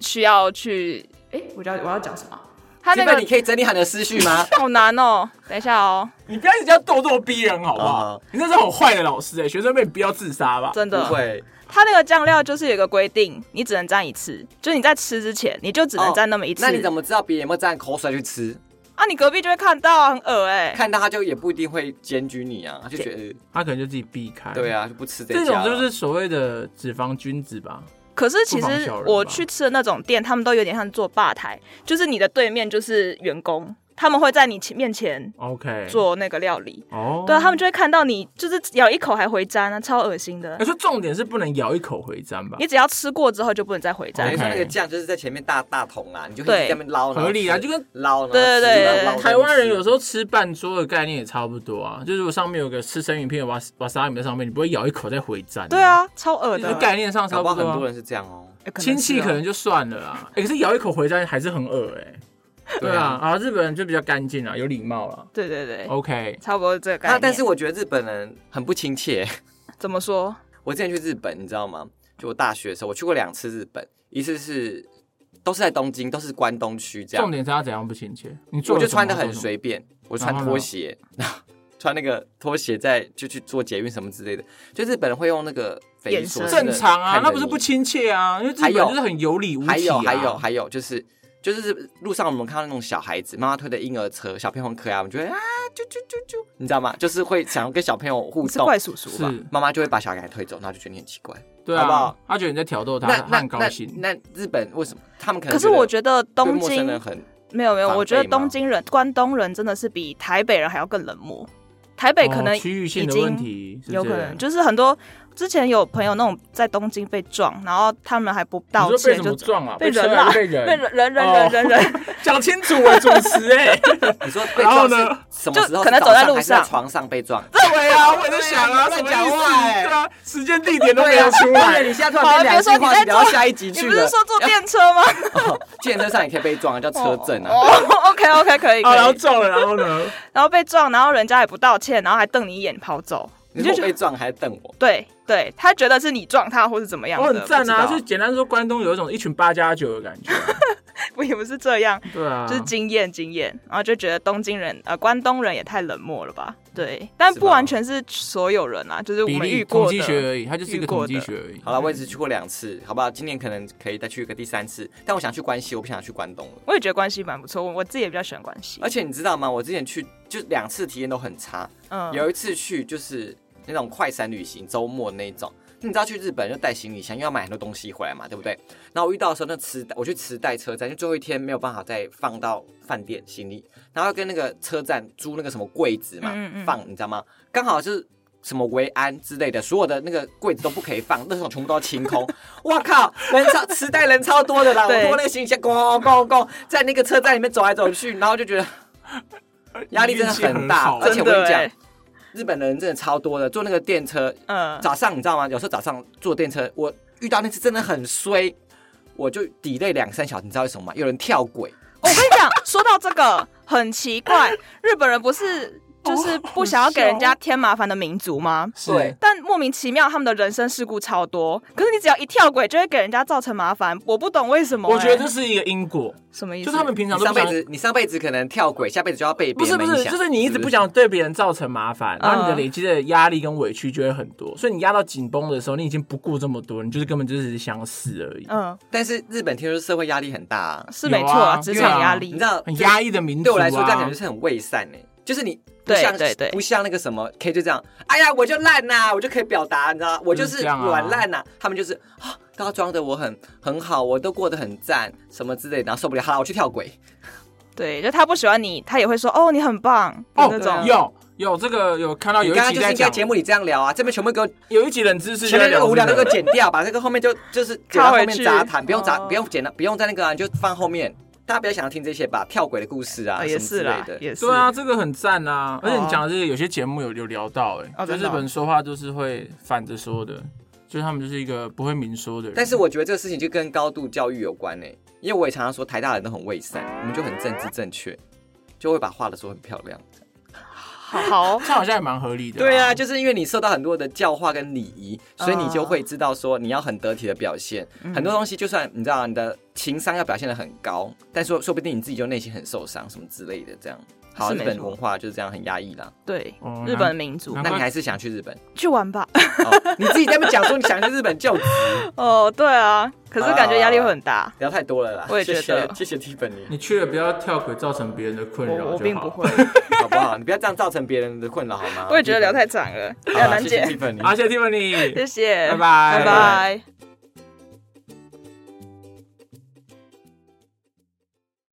[SPEAKER 3] 需要去，哎，我要我要讲什么？它那
[SPEAKER 1] 基本
[SPEAKER 3] 个
[SPEAKER 1] 你可以整理好你的思绪吗？
[SPEAKER 3] 好难哦，等一下哦，
[SPEAKER 2] 你不要一直要咄咄逼人好不好
[SPEAKER 1] 哦？
[SPEAKER 2] 你那是很坏的老师哎，学生被你逼到自杀吧？
[SPEAKER 3] 真
[SPEAKER 1] 不
[SPEAKER 3] 的。
[SPEAKER 1] 会，
[SPEAKER 3] 它那个酱料就是有一个规定，你只能蘸一次，就是你在吃之前，你就只能蘸哦那么一次。
[SPEAKER 1] 哦那你怎
[SPEAKER 3] 么
[SPEAKER 1] 么知道别人有没有蘸口水去吃？
[SPEAKER 3] 啊？你隔壁就会看到啊，很恶哎、
[SPEAKER 1] 看到他就也不一定会检举你啊，他就觉得
[SPEAKER 2] 他可能就自己避开。
[SPEAKER 1] 对，啊，就不吃这
[SPEAKER 2] 这种
[SPEAKER 1] 家了。
[SPEAKER 2] 就是所谓的脂肪君子吧？
[SPEAKER 3] 可是其
[SPEAKER 2] 不妨
[SPEAKER 3] 实
[SPEAKER 2] 小人吧
[SPEAKER 3] 我去吃的那种店，他们都有点像做吧台，就是你的对面就是员工，他们会在你前面前
[SPEAKER 2] OK，
[SPEAKER 3] 做那个料理。
[SPEAKER 2] 哦，
[SPEAKER 3] 对啊，他们就会看到你，就是咬一口还回粘啊，超恶心的
[SPEAKER 2] 哎。。说重点是不能咬一口回粘吧
[SPEAKER 3] 你？只要吃过之后就不能再回
[SPEAKER 1] 等
[SPEAKER 3] 家
[SPEAKER 1] 于。说
[SPEAKER 2] OK
[SPEAKER 1] 那个酱就是在前面大大桶啊啦，你就可以在那边捞，
[SPEAKER 2] 合理啊，就
[SPEAKER 1] 跟
[SPEAKER 2] 跟
[SPEAKER 1] 捞，然后
[SPEAKER 3] 对对
[SPEAKER 1] 吃
[SPEAKER 3] 对
[SPEAKER 1] 然后捞
[SPEAKER 2] 台湾人有
[SPEAKER 1] 时
[SPEAKER 2] 时候吃半桌的概念也差不多啊，就是我上面有个吃生鱼片，瓦瓦沙米在上面，你不会咬一口再回粘。
[SPEAKER 3] 对，啊，超恶
[SPEAKER 2] 就是
[SPEAKER 3] 的。
[SPEAKER 2] 概念上差
[SPEAKER 1] 搞不好
[SPEAKER 2] 不
[SPEAKER 1] 很多
[SPEAKER 2] 多啊。
[SPEAKER 1] 人是这样哦。
[SPEAKER 3] 哎
[SPEAKER 2] 亲戚可。
[SPEAKER 3] 是
[SPEAKER 2] 能
[SPEAKER 3] 哦
[SPEAKER 2] 就算了啦，哎可是咬一口回粘还是很恶哎。对啊，，啊，日本人就比较干净啊，有礼貌了。
[SPEAKER 3] 对对对，
[SPEAKER 2] OK，
[SPEAKER 3] 差不多这个概
[SPEAKER 1] 那
[SPEAKER 3] 念。
[SPEAKER 1] 啊但是我觉得日本人很不亲切。
[SPEAKER 3] 怎么说？
[SPEAKER 1] 我之前去日本，你知道吗？就我大学的时候，我去过两次日本，一次是都是在东京，都是关东区这样
[SPEAKER 2] 重。点是他怎样不亲切？你做
[SPEAKER 1] 我
[SPEAKER 2] 了
[SPEAKER 1] 就
[SPEAKER 2] 什么
[SPEAKER 1] 穿的
[SPEAKER 2] 做
[SPEAKER 1] 很
[SPEAKER 2] 什么
[SPEAKER 1] 随便，我
[SPEAKER 2] 然
[SPEAKER 1] 穿
[SPEAKER 2] 后呢
[SPEAKER 1] 拖鞋，然后 穿那个拖鞋在就去做捷运什么之类的。就日本人会用那个匪夷所思的
[SPEAKER 2] 正常啊，
[SPEAKER 1] 看着
[SPEAKER 2] 那不是
[SPEAKER 1] 你
[SPEAKER 2] 不亲切啊，因为日
[SPEAKER 1] 还
[SPEAKER 2] 本
[SPEAKER 1] 有
[SPEAKER 2] 就是很有理无体、啊。
[SPEAKER 1] 还有还有还有就是。就是路上我们看到那种小孩子，妈妈推的婴儿车，小朋友很可爱，我们觉得啊，啾啾啾啾，你知道吗？就是会想要跟小朋友互
[SPEAKER 3] 你是
[SPEAKER 1] 动，
[SPEAKER 3] 怪叔叔吧？
[SPEAKER 2] 是，
[SPEAKER 1] 妈妈就会把小孩推走，然后就觉得你很奇怪。
[SPEAKER 2] 对
[SPEAKER 1] 好不
[SPEAKER 2] 啊
[SPEAKER 1] 好，
[SPEAKER 2] 他觉得你在挑逗他，
[SPEAKER 1] 那
[SPEAKER 2] 他
[SPEAKER 1] 那
[SPEAKER 2] 很高
[SPEAKER 1] 那
[SPEAKER 2] 兴。
[SPEAKER 1] 那日本为什么他们可能？
[SPEAKER 3] 可是我觉得
[SPEAKER 1] 对
[SPEAKER 3] 东
[SPEAKER 1] 陌生
[SPEAKER 3] 京
[SPEAKER 1] 人很
[SPEAKER 3] 没有没有，
[SPEAKER 1] 防备
[SPEAKER 3] 我觉得
[SPEAKER 1] 吗
[SPEAKER 3] 东京人、关东人真的是比台北人还要更冷漠。台北可能
[SPEAKER 2] 哦区域性的
[SPEAKER 3] 已经
[SPEAKER 2] 问题，是
[SPEAKER 3] 有可
[SPEAKER 2] 这样
[SPEAKER 3] 能就是很多之前有朋友那种在东京被撞，然后他们还不道
[SPEAKER 2] 你说被
[SPEAKER 3] 歉，
[SPEAKER 2] 什
[SPEAKER 3] 就
[SPEAKER 2] 么撞啊？
[SPEAKER 3] 被
[SPEAKER 2] 车还
[SPEAKER 3] 人啦，
[SPEAKER 2] 是被
[SPEAKER 3] 被
[SPEAKER 2] 人
[SPEAKER 3] 人人人
[SPEAKER 2] 哦
[SPEAKER 3] 人人 人，
[SPEAKER 2] 讲清楚啊，主持哎。
[SPEAKER 1] 你说被
[SPEAKER 2] 然后
[SPEAKER 1] 撞
[SPEAKER 2] 呢
[SPEAKER 1] 是什么时候？
[SPEAKER 3] 就可能
[SPEAKER 1] 是
[SPEAKER 3] 走在
[SPEAKER 1] 上
[SPEAKER 3] 路
[SPEAKER 1] 还是在
[SPEAKER 3] 上
[SPEAKER 1] 床上被撞。
[SPEAKER 2] 对啊，我也在想啊，
[SPEAKER 1] 对啊
[SPEAKER 2] 什么
[SPEAKER 1] 乱讲话
[SPEAKER 2] 意
[SPEAKER 1] 哎
[SPEAKER 2] 思？对啊，时间地点都没有出
[SPEAKER 1] 对啊
[SPEAKER 2] 来。
[SPEAKER 1] 你现在突然变两句话，你
[SPEAKER 3] 啊好别说你在
[SPEAKER 1] 聊
[SPEAKER 3] 做
[SPEAKER 1] 下一集
[SPEAKER 3] 你
[SPEAKER 1] 去
[SPEAKER 3] 不
[SPEAKER 1] 了
[SPEAKER 3] 是。说坐电车吗？
[SPEAKER 1] 哦，健身上也可以被撞，叫车震啊。
[SPEAKER 3] 哦，OK OK 可以。
[SPEAKER 2] 哦，然
[SPEAKER 3] 可
[SPEAKER 2] 后
[SPEAKER 3] 以
[SPEAKER 2] 撞了，然 后呢？
[SPEAKER 3] 然后被撞，然后人家也不道歉，然后还瞪你一眼跑走，
[SPEAKER 1] 你
[SPEAKER 3] 你
[SPEAKER 1] 说
[SPEAKER 3] 就
[SPEAKER 1] 我
[SPEAKER 3] 觉
[SPEAKER 1] 被
[SPEAKER 3] 得
[SPEAKER 1] 撞还瞪我，
[SPEAKER 3] 对对，他觉得是你撞他或是怎么样
[SPEAKER 2] 我
[SPEAKER 3] 的，
[SPEAKER 2] 很赞 啊，
[SPEAKER 3] 不
[SPEAKER 2] 就
[SPEAKER 3] 知道
[SPEAKER 2] 简单说，关东有一种一群八加九的感觉。啊
[SPEAKER 3] 我也不是这样，
[SPEAKER 2] 对啊，
[SPEAKER 3] 就是经验经验，然后就觉得东京人呃关东人也太冷漠了吧？对，但
[SPEAKER 1] 是吧
[SPEAKER 3] 不完全是所有人啊，就是我
[SPEAKER 2] 比
[SPEAKER 3] 们
[SPEAKER 2] 例
[SPEAKER 3] 遇
[SPEAKER 2] 统
[SPEAKER 3] 过
[SPEAKER 2] 计学
[SPEAKER 3] 的。
[SPEAKER 2] 而已，它就是一个统计学而已。
[SPEAKER 1] 好了，我也只去过两次，好不好？今年可能可以再去个第三次，但我想去关西，我不想去关东了。
[SPEAKER 3] 我也觉得关系蛮不错，我我自己也比较喜欢关系
[SPEAKER 1] 而。且你知道吗？我之前去就两次体验都很差，
[SPEAKER 3] 嗯，
[SPEAKER 1] 有一次去就是那种快闪旅行，周末那一种。你知道去日本就带行李箱，因为要买很多东西回来嘛，对不对？然后我遇到的时候，那磁带我去磁带车站，因为最后一天没有办法再放到饭店行李，然后要跟那个车站租那个什么柜子嘛，
[SPEAKER 3] 嗯嗯嗯
[SPEAKER 1] 放，你知道吗？刚好是什么维安之类的，所有的那个柜子都不可以放，那时候全部都要清 空。哇靠，人超磁带人超多的啦，我
[SPEAKER 3] 对
[SPEAKER 1] 拖那个行李箱，咣咣咣，在那个车站里面走来走去，然后就觉得压力真的很大，
[SPEAKER 2] 运气很好
[SPEAKER 1] 而且我跟你
[SPEAKER 3] 真的
[SPEAKER 1] 讲
[SPEAKER 3] 欸，
[SPEAKER 1] 日本人真的超多的，坐那个电车，
[SPEAKER 3] 嗯，
[SPEAKER 1] 早上你知道吗？有时候早上坐电车，我遇到那次真的很衰，我就 delay 两三小时，你知道为什么吗？有人跳轨，
[SPEAKER 3] 我跟你讲，说到这个很奇怪，日本人不是就是不想要给人家添麻烦的民族吗？
[SPEAKER 2] 是
[SPEAKER 1] 对
[SPEAKER 3] 但莫名其妙，他们的人身事故超多。可是你只要一跳轨，就会给人家造成麻烦。我不懂为什么欸、
[SPEAKER 2] 我觉得这是一个因果，
[SPEAKER 3] 什么意思？
[SPEAKER 2] 就是他们平常
[SPEAKER 1] 你
[SPEAKER 2] 都
[SPEAKER 1] 上
[SPEAKER 2] 不
[SPEAKER 1] 辈
[SPEAKER 2] 想。
[SPEAKER 1] 子你上辈子可能跳轨，下辈子就要被
[SPEAKER 2] 不
[SPEAKER 1] 别
[SPEAKER 2] 是
[SPEAKER 1] 人
[SPEAKER 2] 不
[SPEAKER 1] 影响
[SPEAKER 2] 是，就是你一直不
[SPEAKER 1] 是
[SPEAKER 2] 想对别人造成麻烦，然后你的
[SPEAKER 3] 嗯
[SPEAKER 2] 累积的压力跟委屈就会很多，所以你压到紧绷的时候，你已经不顾这么多，你就是根本就是想死而已。
[SPEAKER 3] 嗯，
[SPEAKER 1] 但是日本听说社会压力很大、啊，
[SPEAKER 3] 是没
[SPEAKER 2] 有
[SPEAKER 3] 错
[SPEAKER 2] 啊
[SPEAKER 3] 职
[SPEAKER 2] 对啊
[SPEAKER 3] 场压
[SPEAKER 1] 你
[SPEAKER 3] 力
[SPEAKER 1] 知。道
[SPEAKER 2] 很压抑的民族、
[SPEAKER 1] 对
[SPEAKER 2] 啊，
[SPEAKER 1] 我来说，这样感觉是很伪善哎、就是你不
[SPEAKER 3] 对
[SPEAKER 1] 像
[SPEAKER 3] 对对
[SPEAKER 1] 不像那个什么 K 就这样，哎呀，我就烂呐、我就可以表达，你知道吗，我就
[SPEAKER 2] 嗯
[SPEAKER 1] 是
[SPEAKER 2] 这样啊
[SPEAKER 1] 软烂呐、他们就是啊，大家装的我很很好，我都过得很赞，什么之类的，然后受不了，好了，我去跳轨。
[SPEAKER 3] 对，就他不喜欢你，他也会说哦你很棒
[SPEAKER 2] 哦
[SPEAKER 3] 那种。
[SPEAKER 2] 有有这个有看
[SPEAKER 3] 啊
[SPEAKER 2] 到
[SPEAKER 1] 你
[SPEAKER 2] 有一
[SPEAKER 1] 刚刚
[SPEAKER 2] 集
[SPEAKER 1] 就是
[SPEAKER 2] 在
[SPEAKER 1] 应该
[SPEAKER 2] 讲，
[SPEAKER 1] 节目里这样聊啊，这边全部给我
[SPEAKER 2] 有一集冷知识就
[SPEAKER 1] 前
[SPEAKER 2] 在
[SPEAKER 1] 面那
[SPEAKER 2] 聊
[SPEAKER 1] 个无聊
[SPEAKER 2] 这
[SPEAKER 1] 的给我剪掉，把这个后面就 就是剪到
[SPEAKER 3] 靠
[SPEAKER 1] 后
[SPEAKER 3] 啊回
[SPEAKER 1] 面
[SPEAKER 3] 去
[SPEAKER 1] 杂谈，不用杂
[SPEAKER 3] 哦
[SPEAKER 1] 不用剪了，不用在那个啊，你就放后面。大家不要想要听这些吧，跳轨的故事啊，
[SPEAKER 3] 哦，也是
[SPEAKER 1] 啦
[SPEAKER 3] 啦，，也是。
[SPEAKER 2] 对啊，，这个很赞啊！而且
[SPEAKER 3] 哦
[SPEAKER 2] 你讲的这个，有些节目有有聊到、欸，哎、
[SPEAKER 3] 哦
[SPEAKER 2] 就
[SPEAKER 3] 真
[SPEAKER 2] 日
[SPEAKER 3] 的哦
[SPEAKER 2] 本说话就是会反着说的，就是他们就是一个不会明说的人。
[SPEAKER 1] 但是我觉得这个事情就跟高度教育有关呢、因为我也常常说台大人都很伪善，我们就很政治正确，就会把话的说很漂亮。
[SPEAKER 3] 好好
[SPEAKER 2] 这好像也蛮合理的、
[SPEAKER 1] 对啊，，就是因为你受到很多的教化跟礼仪，所以你就
[SPEAKER 3] 啊
[SPEAKER 1] 会知道说你要很得体的表现。
[SPEAKER 3] 嗯
[SPEAKER 1] 很多东西就算你知道你的情商要表现的很高，但说说不定你自己就内心很受伤什么之类的，这样。好，
[SPEAKER 3] 是
[SPEAKER 1] 日
[SPEAKER 3] 没
[SPEAKER 1] 本
[SPEAKER 3] 错
[SPEAKER 1] 文化就是这样，很压抑啦。
[SPEAKER 3] 对
[SPEAKER 2] 哦，
[SPEAKER 3] 日本民族
[SPEAKER 2] 难
[SPEAKER 1] 那
[SPEAKER 2] 怪
[SPEAKER 1] 你还是想去日本？
[SPEAKER 3] 去玩吧。
[SPEAKER 1] 哦、 你自己在那边讲说你想去日本就职，
[SPEAKER 3] 哦，对啊，可是感觉压力会很大。
[SPEAKER 1] 聊太多了啦。
[SPEAKER 3] 我也觉得
[SPEAKER 1] 谢谢谢谢 Tiffany，
[SPEAKER 2] 你去了不要跳轨造成别人的困扰就好
[SPEAKER 3] 我我并不会，
[SPEAKER 1] 好不好？你不要这样造成别人的困扰好吗？
[SPEAKER 3] 我也觉得聊太长了，很难
[SPEAKER 1] 好啦
[SPEAKER 3] 解
[SPEAKER 1] 谢谢。Tiffany
[SPEAKER 2] 好，谢谢啊 Tiffany，
[SPEAKER 3] 谢谢，
[SPEAKER 2] 拜拜
[SPEAKER 3] 拜拜。